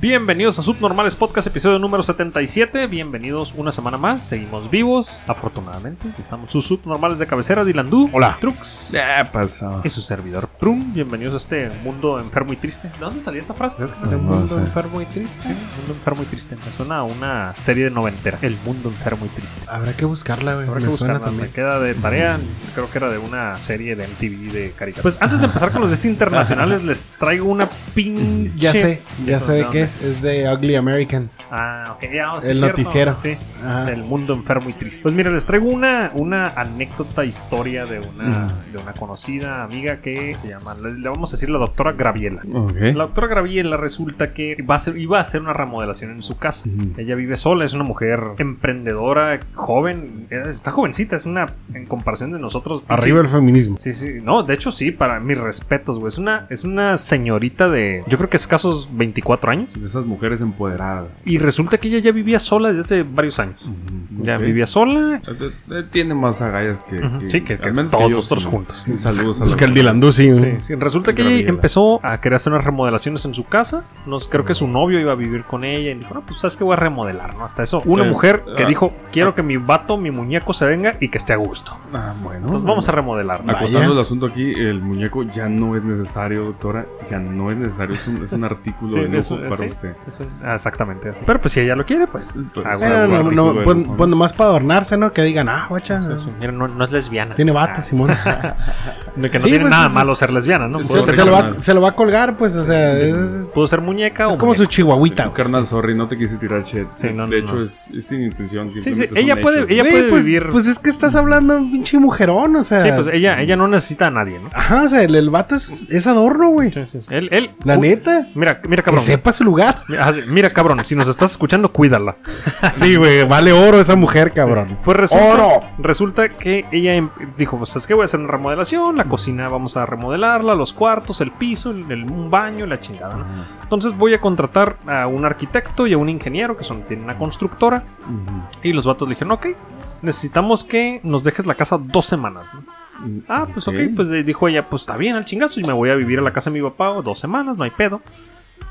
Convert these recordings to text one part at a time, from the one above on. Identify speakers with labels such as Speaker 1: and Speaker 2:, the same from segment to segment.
Speaker 1: Bienvenidos a Subnormales Podcast, episodio número 77. Bienvenidos una semana más. Seguimos vivos, afortunadamente. Estamos sus subnormales de cabecera, Dilandú.
Speaker 2: Hola.
Speaker 1: Trux.
Speaker 2: Ya pasó.
Speaker 1: Y su servidor, Prum. Bienvenidos a este mundo enfermo y triste. ¿De dónde salía esa frase?
Speaker 2: es de No mundo sé.
Speaker 1: enfermo y triste. mundo enfermo y triste. Me suena a una serie de noventera. El mundo enfermo y triste.
Speaker 2: Habrá que buscarla, güey.
Speaker 1: Habrá
Speaker 2: Me
Speaker 1: que
Speaker 2: suena
Speaker 1: buscarla, me queda de tarea. Creo que era de una serie de MTV de Mm, caricaturas. Pues antes de empezar con los 10 internacionales, les traigo una pinche.
Speaker 2: Ya sé, ya sé de
Speaker 1: ¿Dónde?
Speaker 2: qué es. Es de Ugly Americans.
Speaker 1: Ah, ok, ya, oh, sí,
Speaker 2: El
Speaker 1: es cierto.
Speaker 2: noticiero.
Speaker 1: Sí,
Speaker 2: Ajá.
Speaker 1: del mundo enfermo y triste. Pues mira, les traigo una, una anécdota, historia de una,
Speaker 2: Ujú.
Speaker 1: de una conocida amiga que se llama, le, le vamos a decir la doctora Graviela.
Speaker 2: Ok.
Speaker 1: La doctora Graviela resulta que va a ser- iba a hacer una remodelación en su casa.
Speaker 2: Ujú.
Speaker 1: Ella vive sola, es una mujer emprendedora, joven, eh, está jovencita, es una, en comparación de nosotros.
Speaker 2: Arriba el feminismo.
Speaker 1: Sí, sí, no, de hecho sí, para mis respetos, güey. Es una, es una señorita de, yo creo que escasos 24 años.
Speaker 3: De esas mujeres empoderadas.
Speaker 1: Y resulta que ella ya vivía sola desde hace varios años. Ya
Speaker 3: Mm, Ok.
Speaker 1: vivía sola.
Speaker 3: Eh, eh, Tiene más agallas que,
Speaker 1: Ujú. Sí, que- que todos nosotros
Speaker 3: ¿no?
Speaker 1: juntos. Pues
Speaker 3: Saludos a
Speaker 2: Es
Speaker 3: los
Speaker 2: que el Dilandú sí.
Speaker 1: Sí, sí, Resulta que ella
Speaker 3: Gabriela.
Speaker 1: empezó a querer hacer unas remodelaciones en su casa. No, sé, creo que su novio iba a vivir con ella. Y dijo, no, pues sabes que voy a remodelar, ¿no? Hasta eso. Una
Speaker 3: Eh,
Speaker 1: mujer que
Speaker 3: ah.
Speaker 1: dijo, quiero que mi vato, mi muñeco se venga y que esté a gusto.
Speaker 3: Ah, bueno.
Speaker 1: Entonces pues vamos a remodelar.
Speaker 2: Ah,
Speaker 3: Acotando
Speaker 2: Vaya.
Speaker 3: el asunto aquí, el muñeco ya no es necesario, doctora. Ya no es necesario. Es un, es un artículo
Speaker 1: Sí,
Speaker 3: de lujo
Speaker 1: eso-
Speaker 3: para
Speaker 1: sí.
Speaker 3: usted.
Speaker 1: Eso- ah, exactamente así. Pero pues si ella lo quiere, pues.
Speaker 3: Pues,
Speaker 1: ah,
Speaker 3: sí,
Speaker 1: bueno,
Speaker 2: Era
Speaker 1: bueno,
Speaker 2: no,
Speaker 3: sí,
Speaker 2: no,
Speaker 3: bueno,
Speaker 2: pon-
Speaker 3: bueno.
Speaker 2: pon nomás para adornarse, ¿no? Que digan, ah, guacha.
Speaker 1: sí, mira, no, no es lesbiana.
Speaker 2: Tiene
Speaker 1: vatos
Speaker 2: vato, Simón.
Speaker 1: Ah. Que no
Speaker 2: Sí,
Speaker 1: tiene
Speaker 2: pues,
Speaker 1: nada
Speaker 2: sí, sí.
Speaker 1: malo ser lesbiana, ¿no?
Speaker 2: se,
Speaker 1: Pudo
Speaker 3: puedo
Speaker 2: se
Speaker 1: ser,
Speaker 3: hacer
Speaker 2: lo va,
Speaker 3: carnal.
Speaker 2: se lo va a colgar, pues, o sea, es,
Speaker 1: pudo ser muñeca
Speaker 2: es
Speaker 1: o
Speaker 2: como su
Speaker 1: muñeco.
Speaker 2: chihuahuita. güey.
Speaker 3: Carnal, sorry, no te quise tirar shit.
Speaker 1: Sí, no,
Speaker 3: de
Speaker 1: no,
Speaker 3: hecho,
Speaker 1: no.
Speaker 3: Es, es sin intención.
Speaker 1: sí,
Speaker 3: simplemente son
Speaker 1: ella puede-
Speaker 3: hechos.
Speaker 1: ella-
Speaker 2: Güey,
Speaker 1: puede
Speaker 2: pues,
Speaker 1: vivir-
Speaker 2: pues es que estás hablando de un pinche mujerón, o sea.
Speaker 1: Sí, pues ella, ella no necesita a nadie, ¿no?
Speaker 2: Ajá, o sea, el, el vato es, es adorno, güey.
Speaker 1: Él, él.
Speaker 2: La
Speaker 1: Uy,
Speaker 2: neta.
Speaker 1: Mira, mira,
Speaker 2: Que
Speaker 1: cabrón.
Speaker 2: sepa su lugar.
Speaker 1: Mira, así, mira, cabrón, si nos estás escuchando, cuídala.
Speaker 2: Sí, güey, vale oro esa mujer, cabrón.
Speaker 1: Pues resulta,
Speaker 2: ¡Oro!
Speaker 1: resulta que ella em- dijo: Pues es que voy a hacer una remodelación, la cocina vamos a remodelarla, los cuartos, el piso, el, el- un baño, la chingada. ¿no? Entonces voy a contratar a un arquitecto y a un ingeniero que son, tienen una constructora.
Speaker 3: Ujú.
Speaker 1: Y los vatos le dijeron: Ok, necesitamos que nos dejes la casa dos semanas. ¿no? Ah, pues ok, pues eh, dijo ella, pues está bien al chingazo y me voy a vivir a la casa de mi papá dos semanas, no hay pedo.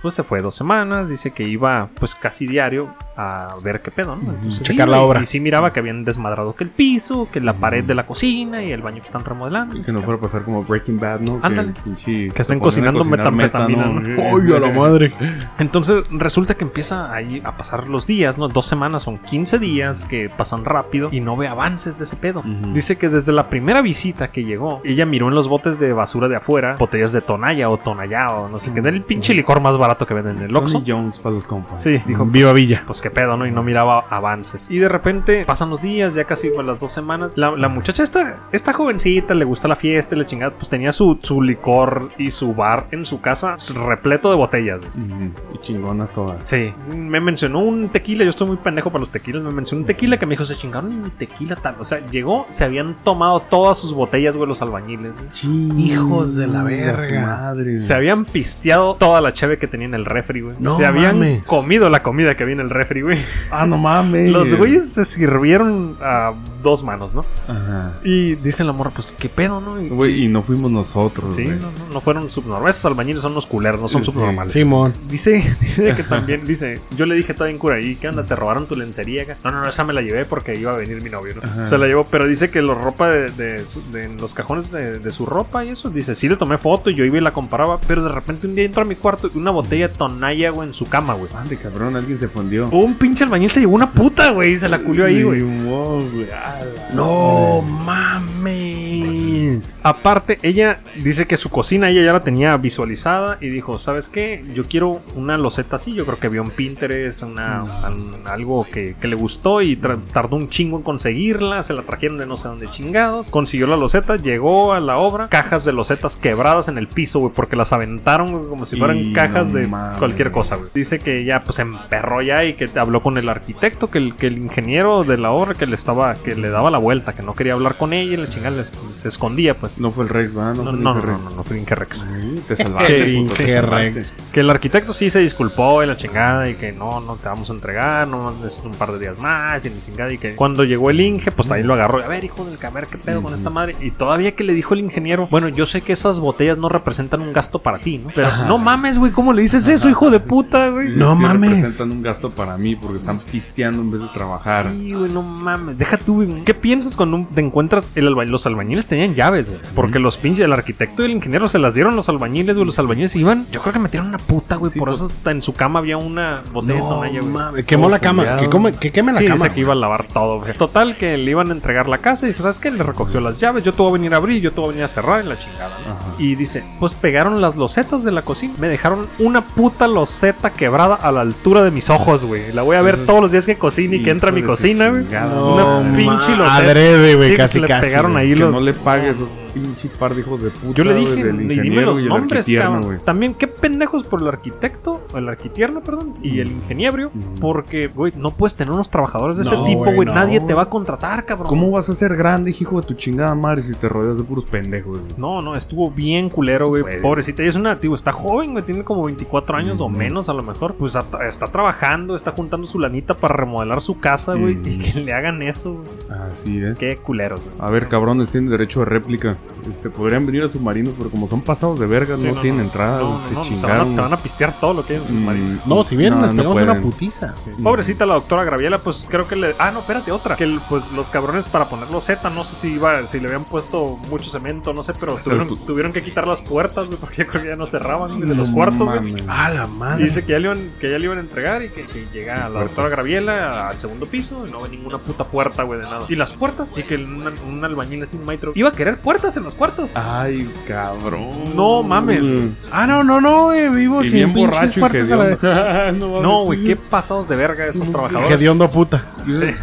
Speaker 1: Pues se fue dos semanas, dice que iba pues casi diario a ver qué pedo, ¿no?
Speaker 2: checar
Speaker 1: iba y-
Speaker 2: la obra.
Speaker 1: Y sí miraba que habían desmadrado que el piso, que la pared de la cocina y el baño que están remodelando.
Speaker 3: Y Que no fuera a pasar como Breaking Bad, ¿no?
Speaker 1: Ándale.
Speaker 3: Que, pinche- te
Speaker 1: estén
Speaker 3: ponían a
Speaker 1: cocinando
Speaker 3: cocinar
Speaker 1: metanfetamina,
Speaker 3: ¿no?
Speaker 2: ¡Ay, a la madre!
Speaker 1: Entonces resulta que empieza ahí a pasar los días, ¿no? Dos semanas son 15 días que pasan rápido y no ve avances de ese pedo.
Speaker 3: Ujú.
Speaker 1: Dice que desde la primera visita que llegó, ella miró en los botes de basura de afuera botellas de tonalla o tonallado, no sé qué, del pinche licor más barato que venden en el Oxxo.
Speaker 3: Tony Jones para los compas.
Speaker 1: Sí, dijo,
Speaker 2: Dijo, viva Villa.
Speaker 1: pues qué pedo, ¿no? Y no miraba avances. Y de repente pasan los días, ya casi pues, las dos semanas. La, la muchacha esta, esta jovencita, le gusta la fiesta, y la chingada, pues tenía su, su licor y su bar en su casa pues, repleto de botellas. güey.
Speaker 3: Ujú. Y chingonas todas.
Speaker 1: Sí, me mencionó un tequila, yo estoy muy pendejo para los tequilas, me mencionó un tequila que me dijo, se chingaron y mi tequila tal, o sea, llegó, se habían tomado todas sus botellas, güey, los albañiles, güey.
Speaker 2: Hijos de la verga.
Speaker 3: su madre.
Speaker 1: se habían pisteado toda la cheve que tenía en el refri, güey,
Speaker 2: No
Speaker 1: se habían
Speaker 2: mames.
Speaker 1: comido la comida que había en el refri, güey,
Speaker 3: Ah, no mames.
Speaker 1: los güeyes se sirvieron a dos manos, ¿no?
Speaker 3: Ajá.
Speaker 1: Y dice la morra, pues, ¿qué pedo, no? Y-
Speaker 3: Güey, y no fuimos nosotros.
Speaker 1: sí,
Speaker 3: güey.
Speaker 1: no, no, no fueron subnormales, esos albañiles son los culeros, no son
Speaker 3: Sí.
Speaker 1: subnormales.
Speaker 2: Simón.
Speaker 1: Dice, dice que también, dice, yo le dije todavía en cura, ¿y qué onda? ¿Te robaron tu lencería? acá?" No, no, no, esa me la llevé porque iba a venir mi novio, ¿no?
Speaker 3: Ajá.
Speaker 1: Se la llevó, pero dice que la ropa de, de su- de los cajones de, de su ropa y eso, dice, sí le tomé foto y yo iba y la comparaba, pero de repente un día entro a mi cuarto y una botella tonalla, güey, en su cama, güey.
Speaker 3: Ande, Ah, cabrón, alguien se fundió.
Speaker 1: Un pinche albañil se llevó una puta, güey, y se Uh, la culió ahí, güey.
Speaker 3: Wow, güey. Ah, la-
Speaker 2: No mames.
Speaker 1: Aparte, ella dice que su cocina ella ya la tenía visualizada y dijo, ¿sabes qué? Yo quiero una loseta así. Yo creo que vio un Pinterest, una, al- algo que, que le gustó y tra- tardó un chingo en conseguirla. Se la trajeron de no sé dónde chingados. Consiguió la loseta, llegó a la obra. Cajas de losetas quebradas en el piso, güey, porque las aventaron güey, como si fueran
Speaker 3: Y
Speaker 1: cajas
Speaker 3: no
Speaker 1: de
Speaker 3: mames.
Speaker 1: cualquier cosa, güey. Dice que ya pues se emperró ya y que habló con el arquitecto, que el, que el ingeniero de la obra que le estaba, que le daba la vuelta, que no quería hablar con ella y la chingada les- se escondía día, pues.
Speaker 3: No fue el Rex, ¿verdad?
Speaker 1: No,
Speaker 3: fue
Speaker 1: no, no,
Speaker 3: el
Speaker 1: no,
Speaker 3: Rex.
Speaker 1: no fue Inge Rex.
Speaker 3: Ay, te salvaste,
Speaker 1: Sí,
Speaker 3: puto, te
Speaker 2: sí,
Speaker 3: este salvaste.
Speaker 2: Rex.
Speaker 1: Que el arquitecto sí se disculpó y la chingada y que no, no te vamos a entregar, no es un par de días más y la chingada y que cuando llegó el Inge, pues también lo agarró. A ver, hijo del camer, ¿qué pedo con esta madre? Y todavía que le dijo el ingeniero, bueno, yo sé que esas botellas no representan un gasto para ti, ¿no? Pero no mames, güey, ¿cómo le dices eso, hijo de puta, güey?
Speaker 3: Sí,
Speaker 2: No
Speaker 3: sí
Speaker 2: mames.
Speaker 3: representan un gasto para mí porque están pisteando en vez de trabajar.
Speaker 1: Sí, güey, no mames. Deja tú, güey. ¿Qué piensas cuando un- te encuentras? El alba- los albañiles tenían llaves, güey. Porque los pinches, el arquitecto y el ingeniero se las dieron los albañiles, güey. Los albañiles iban. Yo creo que metieron una puta, güey.
Speaker 3: Sí,
Speaker 1: por
Speaker 3: pues-
Speaker 1: eso hasta en su cama había una botella de tonalla,
Speaker 2: No,
Speaker 1: güey.
Speaker 2: mames, quemó la cama.
Speaker 3: Todo
Speaker 2: Que, come- que queme la
Speaker 1: Sí,
Speaker 2: cama.
Speaker 1: dice que iba a lavar todo, güey. Total, que le iban a entregar la casa y dijo, ¿sabes qué? Le recogió las llaves, yo te voy a venir a abrir, yo te voy a venir a cerrar y la chingada, ¿no?
Speaker 3: Ajá.
Speaker 1: Y dice, pues pegaron las losetas de la cocina. Me dejaron una puta loseta quebrada a la altura de mis ojos, güey. La voy a ver
Speaker 3: Eso es-
Speaker 1: todos los días que cocine y que entra a mi
Speaker 3: Hijo de su
Speaker 1: cocina, güey.
Speaker 3: chingada.
Speaker 1: No, una pinche
Speaker 2: ma-
Speaker 1: loseta.
Speaker 2: Adrede,
Speaker 1: Sí,
Speaker 2: güey,
Speaker 1: que
Speaker 2: casi,
Speaker 1: se le
Speaker 2: casi.
Speaker 1: pegaron
Speaker 2: güey.
Speaker 1: ahí
Speaker 3: Que
Speaker 1: los...
Speaker 3: no le pague esos pinche par de hijos de puta.
Speaker 1: Yo le
Speaker 3: güey,
Speaker 1: dije,
Speaker 3: del
Speaker 1: y dime
Speaker 3: ingeniero
Speaker 1: los
Speaker 3: y el
Speaker 1: nombres,
Speaker 3: arquitierno,
Speaker 1: cabrón.
Speaker 3: güey.
Speaker 1: También, qué pendejos por el arquitecto, el arquitierno, perdón, y el ingeniero,
Speaker 3: Mm.
Speaker 1: porque, güey, no puedes tener unos trabajadores de ese
Speaker 2: No,
Speaker 1: tipo,
Speaker 2: güey,
Speaker 1: güey.
Speaker 2: no,
Speaker 1: Nadie te
Speaker 3: güey.
Speaker 1: va a contratar, cabrón.
Speaker 3: ¿Cómo vas a ser grande, hijo de tu chingada madre, si te rodeas de puros pendejos, güey?
Speaker 1: No, no, estuvo bien culero,
Speaker 3: Sí,
Speaker 1: güey.
Speaker 3: güey.
Speaker 1: Pobrecita. Y es una, digo, está joven, güey. Tiene como 24 años o
Speaker 3: Ujú.
Speaker 1: menos, a lo mejor. Pues at- está trabajando, está juntando su lanita para remodelar su casa, güey.
Speaker 3: Ujú.
Speaker 1: Y que le hagan eso, güey.
Speaker 3: Así, eh.
Speaker 1: Qué culeros, güey.
Speaker 3: A ver, cabrones, tienen derecho de réplica. Este, podrían venir a submarinos, pero como son pasados de verga,
Speaker 1: Sí,
Speaker 3: no, tienen entrada,
Speaker 1: no,
Speaker 3: güey,
Speaker 1: no,
Speaker 3: se
Speaker 1: no, van a-
Speaker 3: chingaron.
Speaker 1: Se van, a, pistear todo lo que hay en su marido.
Speaker 3: Mm,
Speaker 2: No, si bien les
Speaker 3: no
Speaker 2: pegamos una
Speaker 3: pueden.
Speaker 2: putiza.
Speaker 1: Pobrecita la doctora Graviela, pues creo que le. Ah, no, espérate, otra. Que el- pues los cabrones para ponerlo Z, no sé si iba, si le habían puesto mucho cemento, no sé, pero
Speaker 3: sea,
Speaker 1: tuvieron,
Speaker 3: tú-
Speaker 1: tuvieron que quitar las puertas, güey, porque yo creo que ya no cerraban güey, de los
Speaker 3: No
Speaker 1: cuartos, güey.
Speaker 3: mames.
Speaker 2: A la
Speaker 1: Y
Speaker 2: madre.
Speaker 1: dice que ya, le iban, que ya le iban a entregar y que, que llega la doctora Graviela al segundo piso y no ve ninguna puta puerta, güey, de nada. Y las puertas, y que un, un albañil así, un maestro, iba a querer puertas en los cuartos.
Speaker 3: Ay, cabrón. Mm.
Speaker 1: No mames.
Speaker 2: Ah, no, no, no, güey, vivo
Speaker 3: Y
Speaker 2: sin
Speaker 3: bien
Speaker 2: pinches
Speaker 3: borracho y
Speaker 2: puertas a la-
Speaker 3: hediondo.
Speaker 1: No, güey, qué pasados de verga esos trabajadores.
Speaker 2: Hediondo a puta.
Speaker 3: Dice,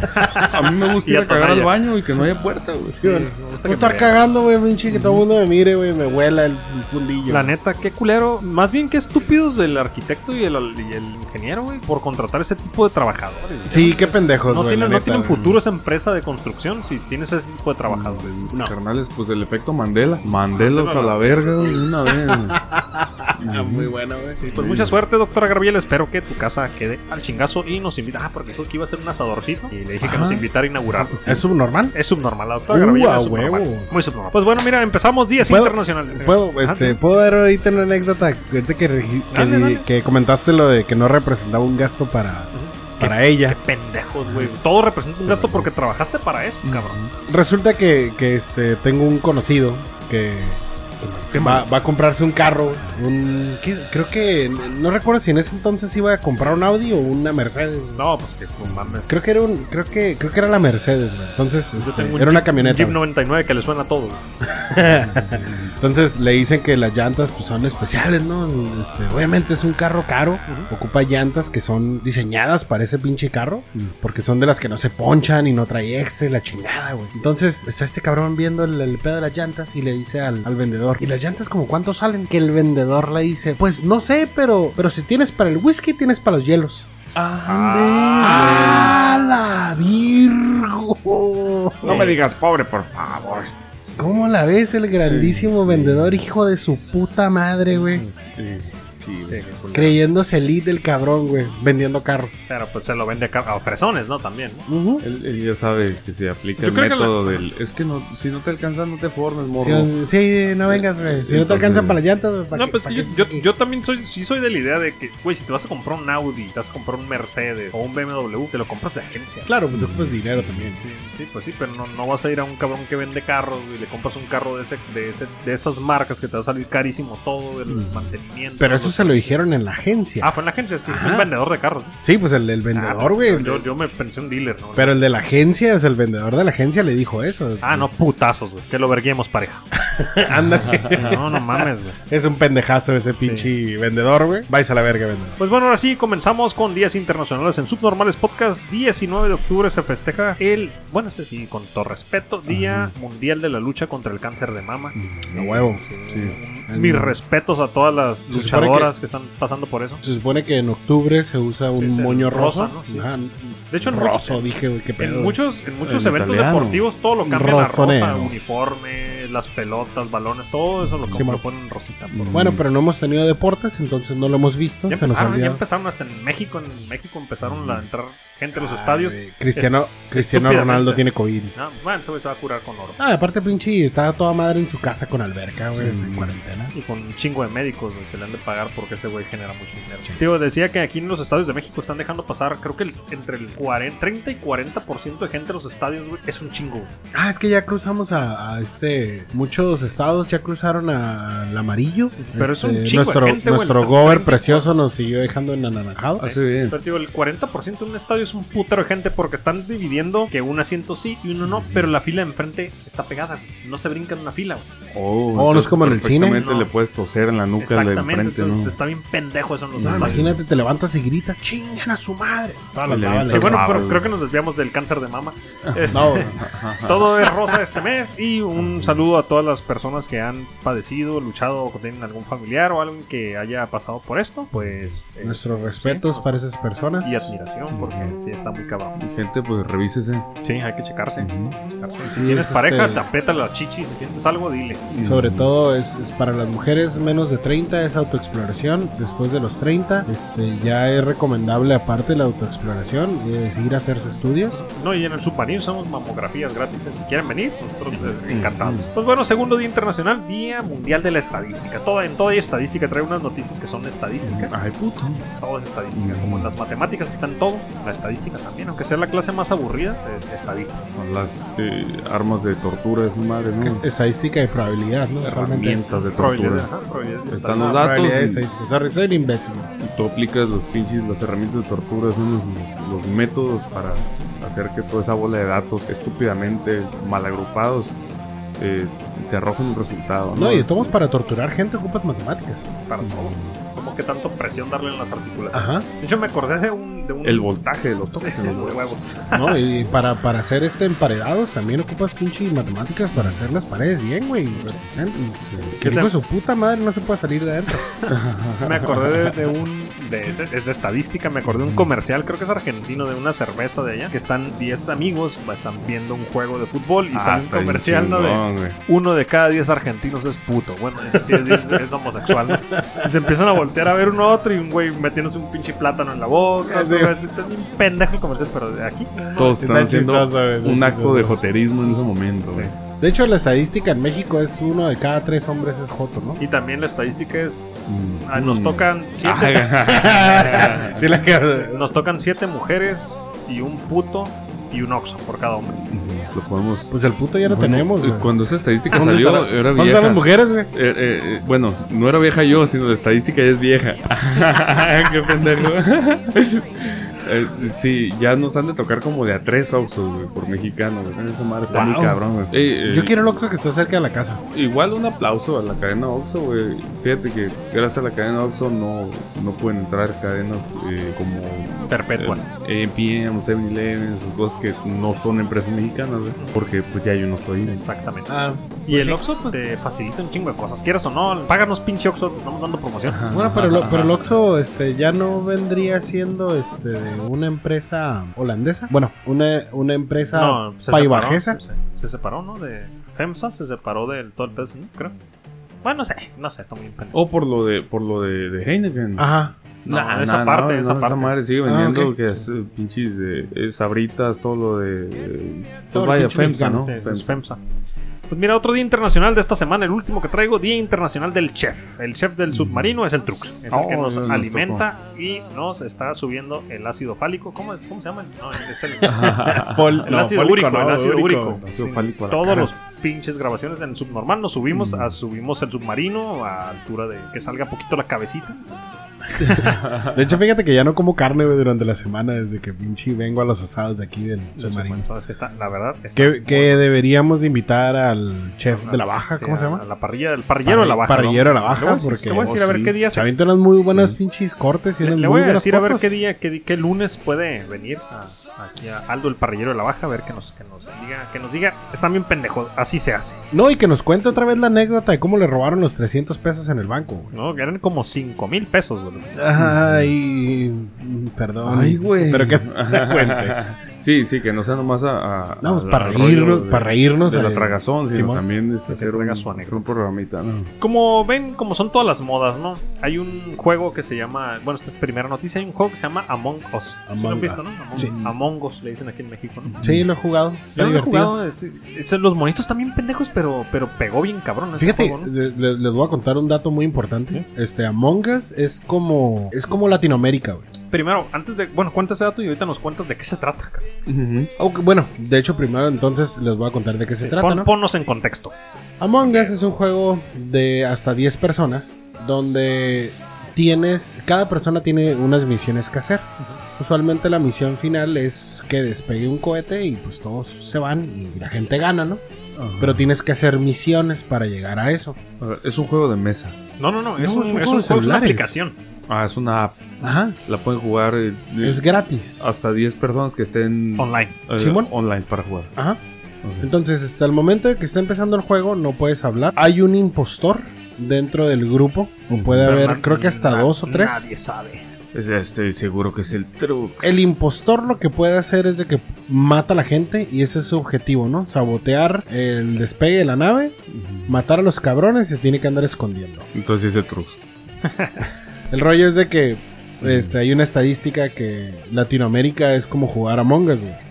Speaker 3: A mí me gusta
Speaker 1: Y
Speaker 3: ir
Speaker 1: a
Speaker 3: a cagar
Speaker 1: Tonaya.
Speaker 3: al baño y que no haya puerta, güey.
Speaker 1: Sí, me gusta
Speaker 2: Voy a
Speaker 1: que
Speaker 2: estar
Speaker 1: me-
Speaker 2: cagando, güey, pinche, que todo el mundo me mire, güey, me huela el fundillo.
Speaker 1: La neta, qué culero. Más bien, qué estúpidos el arquitecto y el, y el ingeniero, güey, por contratar ese tipo de trabajadores. güey.
Speaker 2: Sí, qué pendejos,
Speaker 1: No,
Speaker 2: güey,
Speaker 1: tienen,
Speaker 2: Pues la
Speaker 1: no tienen
Speaker 2: neta, güey.
Speaker 1: futuro esa empresa de construcción si tienes ese tipo de trabajadores. Ah, No.
Speaker 3: Carnales, pues el efecto Mandela. Mandelos a la verga güey, de una vez. güey.
Speaker 2: Ah, muy buena, güey.
Speaker 1: Pues mucha suerte, doctora Gabriel. Espero que tu casa quede al chingazo y nos invita. Ah, porque creo que iba a ser un asadorcito. Y le dije que nos invitara a inaugurar.
Speaker 2: ¿Es subnormal?
Speaker 1: Es subnormal, la doctora
Speaker 2: Uh,
Speaker 1: Gabriel.
Speaker 2: a
Speaker 1: es subnormal.
Speaker 2: huevo.
Speaker 1: Muy subnormal. Pues bueno, mira, empezamos días
Speaker 2: ¿Puedo-
Speaker 1: internacionales.
Speaker 2: Puedo,
Speaker 1: Ah,
Speaker 2: este, puedo dar ahorita una anécdota. Ahorita que, regi- que,
Speaker 1: Dale,
Speaker 2: di-
Speaker 1: dale.
Speaker 2: que comentaste lo de que no representaba un gasto para, para ella.
Speaker 1: Pendejos, güey. Todo representa un gasto porque trabajaste para eso, cabrón.
Speaker 2: Resulta que, que, este, tengo un conocido que, que va, va a comprarse un carro. Un, ¿qué? creo que no recuerdo si en ese entonces iba a comprar un Audi o una Mercedes.
Speaker 1: No, pues que pues, mames.
Speaker 2: Creo que era un, creo que, creo que era la Mercedes, güey. Entonces,
Speaker 1: Yo
Speaker 2: este,
Speaker 1: tengo un
Speaker 2: era una
Speaker 1: Jeep-
Speaker 2: camioneta.
Speaker 1: Jeep
Speaker 2: güey.
Speaker 1: 99 que le suena a todo. güey.
Speaker 2: Entonces le dicen que las llantas pues, son especiales, ¿no? Este, obviamente es un carro caro, ocupa llantas que son diseñadas para ese pinche carro, porque son de las que no se ponchan y no trae extra y la chingada, güey. Entonces está este cabrón viendo el, el pedo de las llantas y le dice al, al vendedor, ¿y las llantas como cuánto salen? Que el vendedor le dice, pues no sé, pero, pero si tienes para el whisky, tienes para los hielos. ¡Ah, la Virgo!
Speaker 3: No me digas pobre, por favor.
Speaker 2: ¿Cómo la ves el grandísimo vendedor, hijo de su puta madre, güey?
Speaker 3: Sí, sí, güey.
Speaker 2: Creyéndose elite el cabrón, güey, vendiendo carros.
Speaker 1: Pero pues se lo vende a, ca- a fresones, ¿no? También. ¿no?
Speaker 3: Él, él ya sabe que se aplica
Speaker 1: Yo
Speaker 3: el
Speaker 1: creo que
Speaker 3: método del. Es que no, si no te alcanza, no te formes, morro. Oh,
Speaker 2: Si- sí, no vengas, güey. Si no te
Speaker 3: Entonces-
Speaker 2: alcanzan para las llantas, güey. ¿para
Speaker 1: No,
Speaker 2: qué-
Speaker 1: pues
Speaker 2: para
Speaker 1: yo,
Speaker 2: qué-
Speaker 1: yo, yo también soy, sí soy de la idea de que, güey, si te vas a comprar un Audi, te vas a comprar un Mercedes o un BMW, te lo compras de agencia.
Speaker 2: Claro, pues ocupas dinero también.
Speaker 1: Sí, sí, pues sí, pero no, no vas a ir a un cabrón que vende carros güey, y le compras un carro de ese, de ese, de esas marcas que te va a salir carísimo todo, el mantenimiento.
Speaker 2: Mm. Pero eso
Speaker 1: todo.
Speaker 2: se lo dijeron en la agencia.
Speaker 1: Ah, fue en la agencia, es que es un
Speaker 2: Ajá.
Speaker 1: vendedor de carros. ¿no?
Speaker 2: Sí, pues el del vendedor,
Speaker 1: Ah,
Speaker 2: güey.
Speaker 1: yo, yo me pensé un dealer, ¿no?
Speaker 2: Pero el de la agencia, es el vendedor de la agencia le dijo eso. Pues,
Speaker 1: ah, no, putazos, güey. Que lo verguemos pareja.
Speaker 2: Ándale.
Speaker 1: No, no mames, güey.
Speaker 2: Es un pendejazo ese pinche vendedor, güey. Vais a la verga, vendedor.
Speaker 1: Pues bueno, ahora sí comenzamos con días internacionales en Subnormales Podcast. 19 de octubre se festeja el, bueno, este sí, con todo respeto, Día Mundial de la Lucha contra el Cáncer de Mama.
Speaker 2: Mm, A huevo.
Speaker 1: Un- Mis respetos a todas las
Speaker 2: Se supone
Speaker 1: luchadoras que... están pasando por eso.
Speaker 2: Se supone que en octubre se usa un
Speaker 1: Es el
Speaker 2: moño
Speaker 1: rosa,
Speaker 2: rosa.
Speaker 1: ¿no? Sí.
Speaker 2: Ajá.
Speaker 1: De hecho, en
Speaker 2: rosa, dije, güey, qué pedo.
Speaker 1: En
Speaker 2: güey.
Speaker 1: muchos, en muchos
Speaker 3: El
Speaker 1: eventos
Speaker 3: italiano.
Speaker 1: deportivos todo lo cambian a rosa,
Speaker 2: Rossonero.
Speaker 1: uniforme, las pelotas, balones, todo eso lo,
Speaker 2: Sí,
Speaker 1: lo
Speaker 2: man.
Speaker 1: ponen rosita. por-
Speaker 2: Bueno, pero no hemos tenido deportes, entonces no lo hemos visto.
Speaker 1: Ya
Speaker 2: se nos ha
Speaker 1: empezaron, ya
Speaker 2: olvidado.
Speaker 1: empezaron hasta en México, en México empezaron a entrar gente a los
Speaker 2: Ay,
Speaker 1: estadios.
Speaker 2: güey, Cristiano, Cristiano
Speaker 1: estúpidamente.
Speaker 2: Ronaldo tiene COVID.
Speaker 1: No, man, ese güey se va a curar con oro.
Speaker 2: Ah, aparte, pinche, estaba toda madre en su casa con alberca, güey,
Speaker 3: Sí.
Speaker 2: en cuarentena.
Speaker 1: Y con un chingo de médicos, güey, que le han de pagar porque ese güey genera mucho dinero. Tío, decía que aquí en los estadios de México están dejando pasar, creo que el- entre el 40, 30 y 40% de gente en los estadios, güey, es un chingo. güey. ¿eh?
Speaker 2: Ah, es que ya cruzamos a, a este. Muchos estados ya cruzaron a- al amarillo.
Speaker 1: Pero es un
Speaker 2: Este,
Speaker 1: chingo de
Speaker 2: Nuestro,
Speaker 1: gente, güey,
Speaker 2: nuestro
Speaker 1: el
Speaker 2: gober
Speaker 1: 30.
Speaker 2: precioso nos siguió dejando en anaranjado.
Speaker 3: Hace bien.
Speaker 1: Pero, tío, el 40% de un estadio es un putero de gente porque están dividiendo que un asiento sí y uno no, pero la fila de enfrente está pegada, güey. No se brinca en una fila, güey.
Speaker 3: Oh,
Speaker 2: no es como en el
Speaker 3: perfectamente
Speaker 1: cine.
Speaker 3: le puedes toser en la nuca al de
Speaker 1: Exactamente,
Speaker 3: enfrente,
Speaker 1: entonces
Speaker 3: ¿no?
Speaker 1: está bien pendejo eso en los
Speaker 2: Ah,
Speaker 1: estadios.
Speaker 2: imagínate, te levantas y gritas, chingan a su madre. Todas las
Speaker 3: Le
Speaker 2: babas
Speaker 3: avientas
Speaker 1: Sí,
Speaker 2: las-
Speaker 1: bueno,
Speaker 3: Ah,
Speaker 1: pero
Speaker 3: güey.
Speaker 1: creo que nos desviamos del cáncer de mama. Es-
Speaker 2: No, güey.
Speaker 1: Todo es rosa este mes y un saludo a todas las personas que han padecido, luchado o tienen algún familiar o alguien que haya pasado por esto, pues eh,
Speaker 2: nuestros respetos para esas personas.
Speaker 1: y admiración porque sí está muy cabrón.
Speaker 3: Mi gente, pues revísese.
Speaker 1: Sí, hay que checarse. checarse.
Speaker 2: Sí,
Speaker 1: si tienes
Speaker 2: es,
Speaker 1: pareja,
Speaker 2: este-
Speaker 1: te aprieta la chichi, si sientes algo, dile.
Speaker 2: Y Sobre todo es, es para las mujeres menos de 30 es autoexploración. Después de los 30 este, ya es recomendable aparte de la autoexploración es ir a hacerse estudios.
Speaker 1: No, y en el submarino usamos mamografías gratis. ¿eh? Si quieren venir, nosotros
Speaker 2: Mm.
Speaker 1: eh, encantados. Pues bueno, segundo día internacional, Día Mundial de la Estadística. Toda, en toda hay estadística trae unas noticias que son estadísticas.
Speaker 3: este, Ay, puto.
Speaker 1: Todo es estadística. Como en las matemáticas está en todo, la estadística también. Aunque sea la clase más aburrida, es estadística.
Speaker 3: Son las eh, armas de tortura de su madre, ¿no?
Speaker 2: que es estadística de probabilidad, ¿no? Solamente es-
Speaker 3: Herramientas de
Speaker 1: Probabilidad,
Speaker 3: tortura.
Speaker 1: ajá, probabilidad de
Speaker 3: Están
Speaker 1: estadística.
Speaker 3: los datos
Speaker 2: probabilidad de
Speaker 3: y-
Speaker 2: estadística. Sorry, soy un imbécil.
Speaker 3: Y tú aplicas los pinches, las herramientas de tortura, son los, los- los métodos para hacer que toda esa bola de datos estúpidamente mal agrupados eh, te arrojen un resultado.
Speaker 2: No, y
Speaker 3: Es-
Speaker 2: estamos para torturar gente, ocupas matemáticas.
Speaker 1: para todo. Como que tanto presión darle en las articulaciones.
Speaker 2: Ajá.
Speaker 1: De hecho, me acordé de un. De un
Speaker 3: El voltaje de los toques en los
Speaker 1: Sí,
Speaker 3: huevos.
Speaker 1: huevos.
Speaker 2: No, y para, para hacer este emparedados también ocupas pinche matemáticas para hacer las paredes bien, güey, resistentes.
Speaker 1: ¿Qué
Speaker 2: Que hijo
Speaker 1: te-
Speaker 2: de su puta madre no se puede salir de adentro.
Speaker 1: Me acordé de, de un. De ese- es de estadística, me acordé de un comercial, creo que es argentino, de una cerveza de allá, que están 10 amigos, va, están viendo un juego de fútbol y
Speaker 3: Ah,
Speaker 1: sale un
Speaker 3: está bien
Speaker 1: comercial, ¿no? De
Speaker 3: chingón, güey.
Speaker 1: uno de cada 10 argentinos es puto. Bueno, ese sí es, es- es homosexual. ¿no? Y se empiezan a voltear a ver uno a otro y un güey metiéndose un pinche plátano en la boca.
Speaker 2: Ah, sí.
Speaker 1: otro güey así, Está bien pendejo el comercial, pero de aquí.
Speaker 3: Todos están
Speaker 2: Está
Speaker 3: haciendo
Speaker 2: chistoso, güey, está
Speaker 3: un acto
Speaker 2: chistoso.
Speaker 3: de joterismo en ese momento. güey.
Speaker 2: De hecho, la estadística en México es uno de cada tres hombres es joto, ¿no?
Speaker 1: Y también la estadística es.
Speaker 3: Mm.
Speaker 1: ah, Nos
Speaker 3: Mm.
Speaker 1: tocan siete
Speaker 2: sí, la que-
Speaker 1: Nos tocan siete mujeres y un puto y un oxo por cada hombre.
Speaker 3: Ujú. Lo podemos.
Speaker 2: Pues el puto ya lo
Speaker 3: Bueno,
Speaker 2: tenemos,
Speaker 3: eh,
Speaker 2: güey.
Speaker 3: Cuando esa estadística
Speaker 2: ¿Dónde
Speaker 3: salió,
Speaker 2: está la-
Speaker 3: era
Speaker 2: ¿Dónde
Speaker 3: vieja.
Speaker 2: están las mujeres, güey?
Speaker 3: Eh, eh, eh, bueno, no era vieja yo, sino la estadística ya es vieja. Qué pendejo. Eh, sí, ya nos han de tocar como de a tres Oxxos, güey, por mexicano, güey. Esa madre está muy
Speaker 2: Wow.
Speaker 3: cabrón, güey. Eh, eh,
Speaker 2: Yo quiero el Oxxo que está cerca de la casa.
Speaker 3: Igual un aplauso a la cadena Oxxo, güey. Fíjate que gracias a la cadena Oxxo no, no pueden entrar cadenas eh, como
Speaker 1: Perpetuas.
Speaker 3: eh, AMPM, 7-Eleven, esos cosas que no son empresas mexicanas, güey. Porque pues ya hay unos ahí.
Speaker 1: Exactamente.
Speaker 2: Ah,
Speaker 1: y el Oxxo pues te facilita un chingo de cosas. Quieras o no, páganos pinche Oxxo, te estamos dando promoción.
Speaker 2: Bueno, pero, lo- pero el Oxxo este, ya no vendría siendo este, de una empresa holandesa. Bueno, una, una empresa
Speaker 1: No,
Speaker 2: paibajesa.
Speaker 1: separó, se, se separó, ¿no? De FEMSA, se separó del todo el peso, ¿no? creo. Bueno, no sé, no sé, está muy pendejo.
Speaker 3: O por lo de, por lo de, de Heineken.
Speaker 2: Ajá.
Speaker 1: No, esa parte, esa parte.
Speaker 3: madre sigue
Speaker 2: Ah,
Speaker 3: vendiendo
Speaker 2: ok.
Speaker 3: que es eh, pinches de eh, sabritas, todo lo de. eh, pues
Speaker 2: Todo lo
Speaker 3: vaya,
Speaker 2: pinche
Speaker 3: FEMSA,
Speaker 2: mexicano,
Speaker 3: ¿no?
Speaker 1: Sí, es
Speaker 3: FEMSA.
Speaker 1: FEMSA. Pues mira, otro día internacional de esta semana, el último que traigo, Día Internacional del Chef. El chef del submarino es el Trux. Es el
Speaker 3: Oh,
Speaker 1: que nos
Speaker 3: nos
Speaker 1: alimenta y nos está subiendo el ácido fálico. ¿Cómo, es- cómo se llama? No, es el,
Speaker 2: Fol-
Speaker 1: el
Speaker 2: no,
Speaker 1: ácido
Speaker 2: fólico,
Speaker 1: úrico.
Speaker 2: no,
Speaker 1: el ácido
Speaker 2: úrico.
Speaker 1: úrico.
Speaker 3: ácido
Speaker 1: Sí,
Speaker 3: fálico a la
Speaker 1: Todos
Speaker 3: cara.
Speaker 1: los pinches grabaciones en subnormal nos subimos, a, subimos el submarino a altura de que salga poquito la cabecita.
Speaker 2: De hecho, fíjate que ya no como carne güey, durante la semana desde que pinche vengo a los asados de aquí del submarino.
Speaker 1: Entonces, que está, la verdad, está
Speaker 2: Que, que deberíamos de invitar al chef
Speaker 1: muy-
Speaker 2: de la baja,
Speaker 1: sí,
Speaker 2: ¿cómo se
Speaker 1: a-
Speaker 2: llama?
Speaker 1: a La parrilla, el parrillero de la baja.
Speaker 2: Parrillero de la
Speaker 1: Le voy a
Speaker 2: baja,
Speaker 1: decir-
Speaker 2: porque oh,
Speaker 1: Te voy a decir a ver qué día
Speaker 2: se
Speaker 1: se
Speaker 2: avientan unas muy buenas pinches cortes y
Speaker 1: Le,
Speaker 2: unas
Speaker 1: le
Speaker 2: muy
Speaker 1: voy a
Speaker 2: buenas
Speaker 1: decir a ver
Speaker 2: fotos.
Speaker 1: qué día, qué, di- qué lunes puede venir a- aquí a Aldo el parrillero de la baja, a ver que nos, que nos diga, que nos diga, están bien pendejos, así se hace,
Speaker 2: No, y que nos cuente otra vez la anécdota de cómo le robaron los 300 pesos en el banco, güey.
Speaker 1: ¿no? Que Eran como 5 mil pesos, güey.
Speaker 2: Ay, perdón.
Speaker 3: Ay, güey.
Speaker 2: Pero que me cuente.
Speaker 3: Sí, sí, que no sea nomás a. a-
Speaker 2: No, pues,
Speaker 3: al
Speaker 2: para
Speaker 3: rollo
Speaker 2: reírnos- para reírnos,
Speaker 3: De la
Speaker 2: eh,
Speaker 3: tragazón, sino
Speaker 2: Simón.
Speaker 3: también este,
Speaker 1: Que
Speaker 3: hacer, un,
Speaker 1: traiga su anécdota.
Speaker 3: hacer un programita, ¿no?
Speaker 1: Como ven, como son todas las modas, ¿no? Hay un juego que se llama, bueno, esta es primera noticia, hay un juego que se llama Among Us. ¿Sí lo han
Speaker 2: Among
Speaker 1: visto,
Speaker 2: Us.
Speaker 1: ¿no? Among,
Speaker 2: Sí.
Speaker 1: Among Us le dicen aquí en México, ¿no?
Speaker 2: Sí, lo he jugado. Está
Speaker 1: Yo no lo he
Speaker 2: divertido.
Speaker 1: jugado, es- es- los monitos también pendejos, pero, pero pegó bien cabrón. ese
Speaker 2: Fíjate,
Speaker 1: juego, ¿no?
Speaker 2: le- le- les voy a contar un dato muy importante. Este, Among Us es como, es como Latinoamérica, güey.
Speaker 1: Primero, antes de, bueno, cuenta ese dato y ahorita nos cuentas de qué se trata. cabrón.
Speaker 2: Aunque, bueno, de hecho, primero entonces les voy a contar de qué se trata,
Speaker 1: Pon-
Speaker 2: ¿no?
Speaker 1: Ponnos en contexto.
Speaker 2: Among Us es un juego de hasta 10 personas donde tienes, cada persona tiene unas misiones que hacer. Usualmente la misión final es que despegue un cohete y pues todos se van y la gente gana, ¿no? Pero tienes que hacer misiones para llegar a eso.
Speaker 3: A ver, es un juego de mesa.
Speaker 1: No, no, no, es,
Speaker 2: No,
Speaker 1: un,
Speaker 2: es un
Speaker 1: es
Speaker 2: juego
Speaker 1: un
Speaker 2: de
Speaker 1: juego, es una
Speaker 2: celulares.
Speaker 1: aplicación.
Speaker 3: Ah, es una app.
Speaker 2: Ajá.
Speaker 3: La pueden jugar eh,
Speaker 2: Es
Speaker 3: eh,
Speaker 2: gratis.
Speaker 1: Ah,
Speaker 3: hasta 10 personas que estén
Speaker 1: Online.
Speaker 3: eh,
Speaker 2: Simón.
Speaker 3: online para jugar.
Speaker 2: Ajá.
Speaker 3: Ok.
Speaker 2: Entonces, hasta el momento de que está empezando el juego, no puedes hablar. Hay un impostor dentro del grupo. O puede
Speaker 1: Pero
Speaker 2: haber,
Speaker 1: na-
Speaker 2: creo que hasta
Speaker 1: na-
Speaker 2: dos o tres.
Speaker 1: Nadie sabe.
Speaker 3: Es- Estoy seguro que es el truco.
Speaker 2: El impostor lo que puede hacer es de que mata a la gente y ese es su objetivo, ¿no? Sabotear el despegue de la nave, matar a los cabrones y se tiene que andar escondiendo.
Speaker 3: Entonces ese truco.
Speaker 2: El rollo es de que este, hay una estadística que Latinoamérica es como jugar a Us, güey.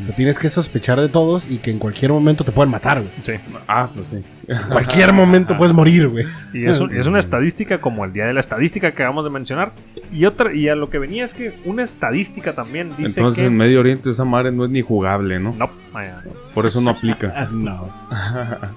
Speaker 2: O sea, tienes que sospechar de todos y que en cualquier momento te pueden matar, güey.
Speaker 1: Sí.
Speaker 3: Ah, pues sí.
Speaker 2: En cualquier momento puedes morir, güey.
Speaker 1: Y es, un- es
Speaker 2: Mm.
Speaker 1: una estadística como el día de la estadística que acabamos de mencionar. Y otra, y a lo que venía es que una estadística también dice
Speaker 3: Entonces
Speaker 1: que.
Speaker 3: en Medio Oriente esa madre no es ni jugable, ¿no?
Speaker 1: No, vaya, no.
Speaker 3: Por eso no aplica.
Speaker 1: Ah,
Speaker 2: No.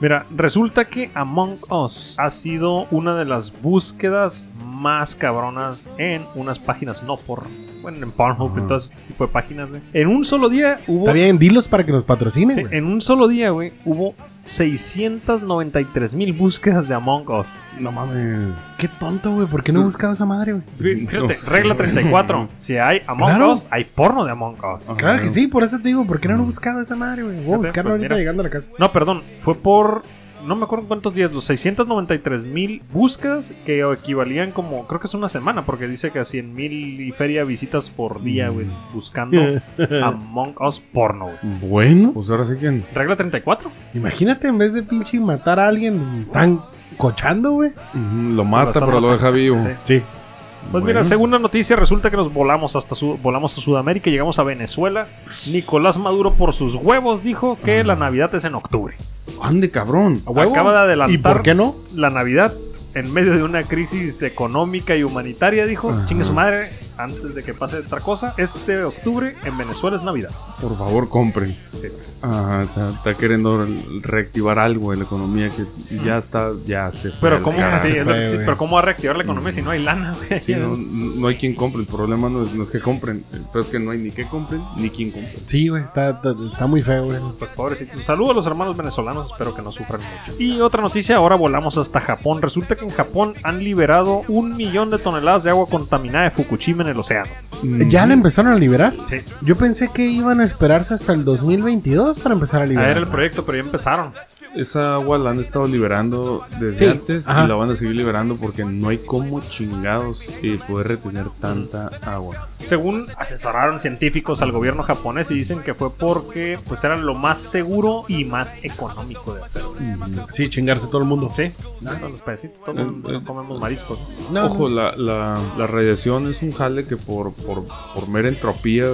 Speaker 1: Mira, resulta que Among Us ha sido una de las búsquedas más cabronas en unas páginas no por. Bueno, en Pornhub, en todo ese tipo de páginas, güey. En un solo día hubo.
Speaker 2: Está bien, dilos para que nos patrocinen.
Speaker 1: Sí, eh.
Speaker 2: güey.
Speaker 1: en un solo día, güey, hubo 693 mil búsquedas de Among Us.
Speaker 3: no mames.
Speaker 2: Qué tonto, güey. ¿Por qué no
Speaker 1: Mm.
Speaker 2: he buscado esa madre, güey?
Speaker 1: Fí- Fíjate,
Speaker 3: No sé,
Speaker 1: regla
Speaker 3: güey.
Speaker 1: 34. Si hay Among
Speaker 2: Claro.
Speaker 1: Us, hay porno de Among Us.
Speaker 3: Ajá.
Speaker 2: Claro que sí, por eso te digo, ¿por qué no he buscado esa madre, güey? Voy a
Speaker 1: Fíjate,
Speaker 2: buscarlo
Speaker 1: Mm. pues,
Speaker 2: ahorita
Speaker 1: mira.
Speaker 2: llegando a la casa.
Speaker 1: No, perdón, fue por. No me acuerdo en cuántos días, los 693 mil buscas que equivalían como, creo que es una semana, porque dice que a 100 mil y feria visitas por día, güey,
Speaker 2: Mm.
Speaker 1: buscando Among Us porno, güey.
Speaker 3: Bueno, pues ahora sí que.
Speaker 1: Regla 34.
Speaker 2: Imagínate, en vez de pinche matar a alguien, están cochando, güey.
Speaker 3: ujú, mm, Lo
Speaker 1: Lo
Speaker 3: mata,
Speaker 1: están
Speaker 3: pero lo deja vivo.
Speaker 1: Sí.
Speaker 2: Sí.
Speaker 1: Pues mira,
Speaker 3: Bueno.
Speaker 1: según la noticia, resulta que nos volamos hasta Su- volamos a Sudamérica y llegamos a Venezuela. Nicolás Maduro, por sus huevos, dijo que la Navidad es en octubre.
Speaker 3: Ande, cabrón.
Speaker 1: Acaba de adelantar.
Speaker 2: ¿Y por qué no?
Speaker 1: la Navidad en medio de una crisis económica y humanitaria, dijo,
Speaker 3: Ajá.
Speaker 1: chingue su madre, antes de que pase otra cosa, este octubre en Venezuela es Navidad.
Speaker 3: Por favor, compren.
Speaker 1: Sí.
Speaker 3: Ah, está, está queriendo reactivar algo en la economía que ya está, ya se fue.
Speaker 1: Pero,
Speaker 3: al
Speaker 1: ¿cómo,
Speaker 3: carajo.
Speaker 1: sí, es lo que-
Speaker 2: fue,
Speaker 1: sí,
Speaker 2: güey.
Speaker 1: pero ¿cómo va a reactivar la economía si no hay lana, güey?
Speaker 3: Sí, no, no hay quien compre. El problema no es, no es que compren. El peor es que no hay ni que compren ni quien compre.
Speaker 2: Sí, güey, está, está muy feo, güey.
Speaker 1: Pues pobrecito. Saludo a los hermanos venezolanos, espero que no sufran mucho. Y otra noticia, ahora volamos hasta Japón. Resulta que en Japón han liberado un millón de toneladas de agua contaminada de Fukushima en el océano.
Speaker 2: ¿Ya la empezaron a liberar?
Speaker 1: Sí,
Speaker 2: Yo pensé que iban a esperarse hasta el 2022 para empezar a
Speaker 1: a
Speaker 2: liberar.
Speaker 1: ver el proyecto, pero ya empezaron.
Speaker 3: Esa agua la han estado liberando desde
Speaker 2: Sí,
Speaker 3: antes
Speaker 2: ajá.
Speaker 3: y la van a seguir liberando porque no hay como chingados eh, poder retener tanta agua.
Speaker 1: Según asesoraron científicos al gobierno japonés y dicen que fue porque pues era lo más seguro y más económico de hacer.
Speaker 2: Sí, chingarse todo el mundo.
Speaker 1: Sí, no, los payasitos, todo el mundo
Speaker 3: Ah. Eh, eh.
Speaker 1: no comemos mariscos.
Speaker 2: No,
Speaker 3: Ojo,
Speaker 2: no.
Speaker 3: la, la- la radiación es un jale que por, por, por mera entropía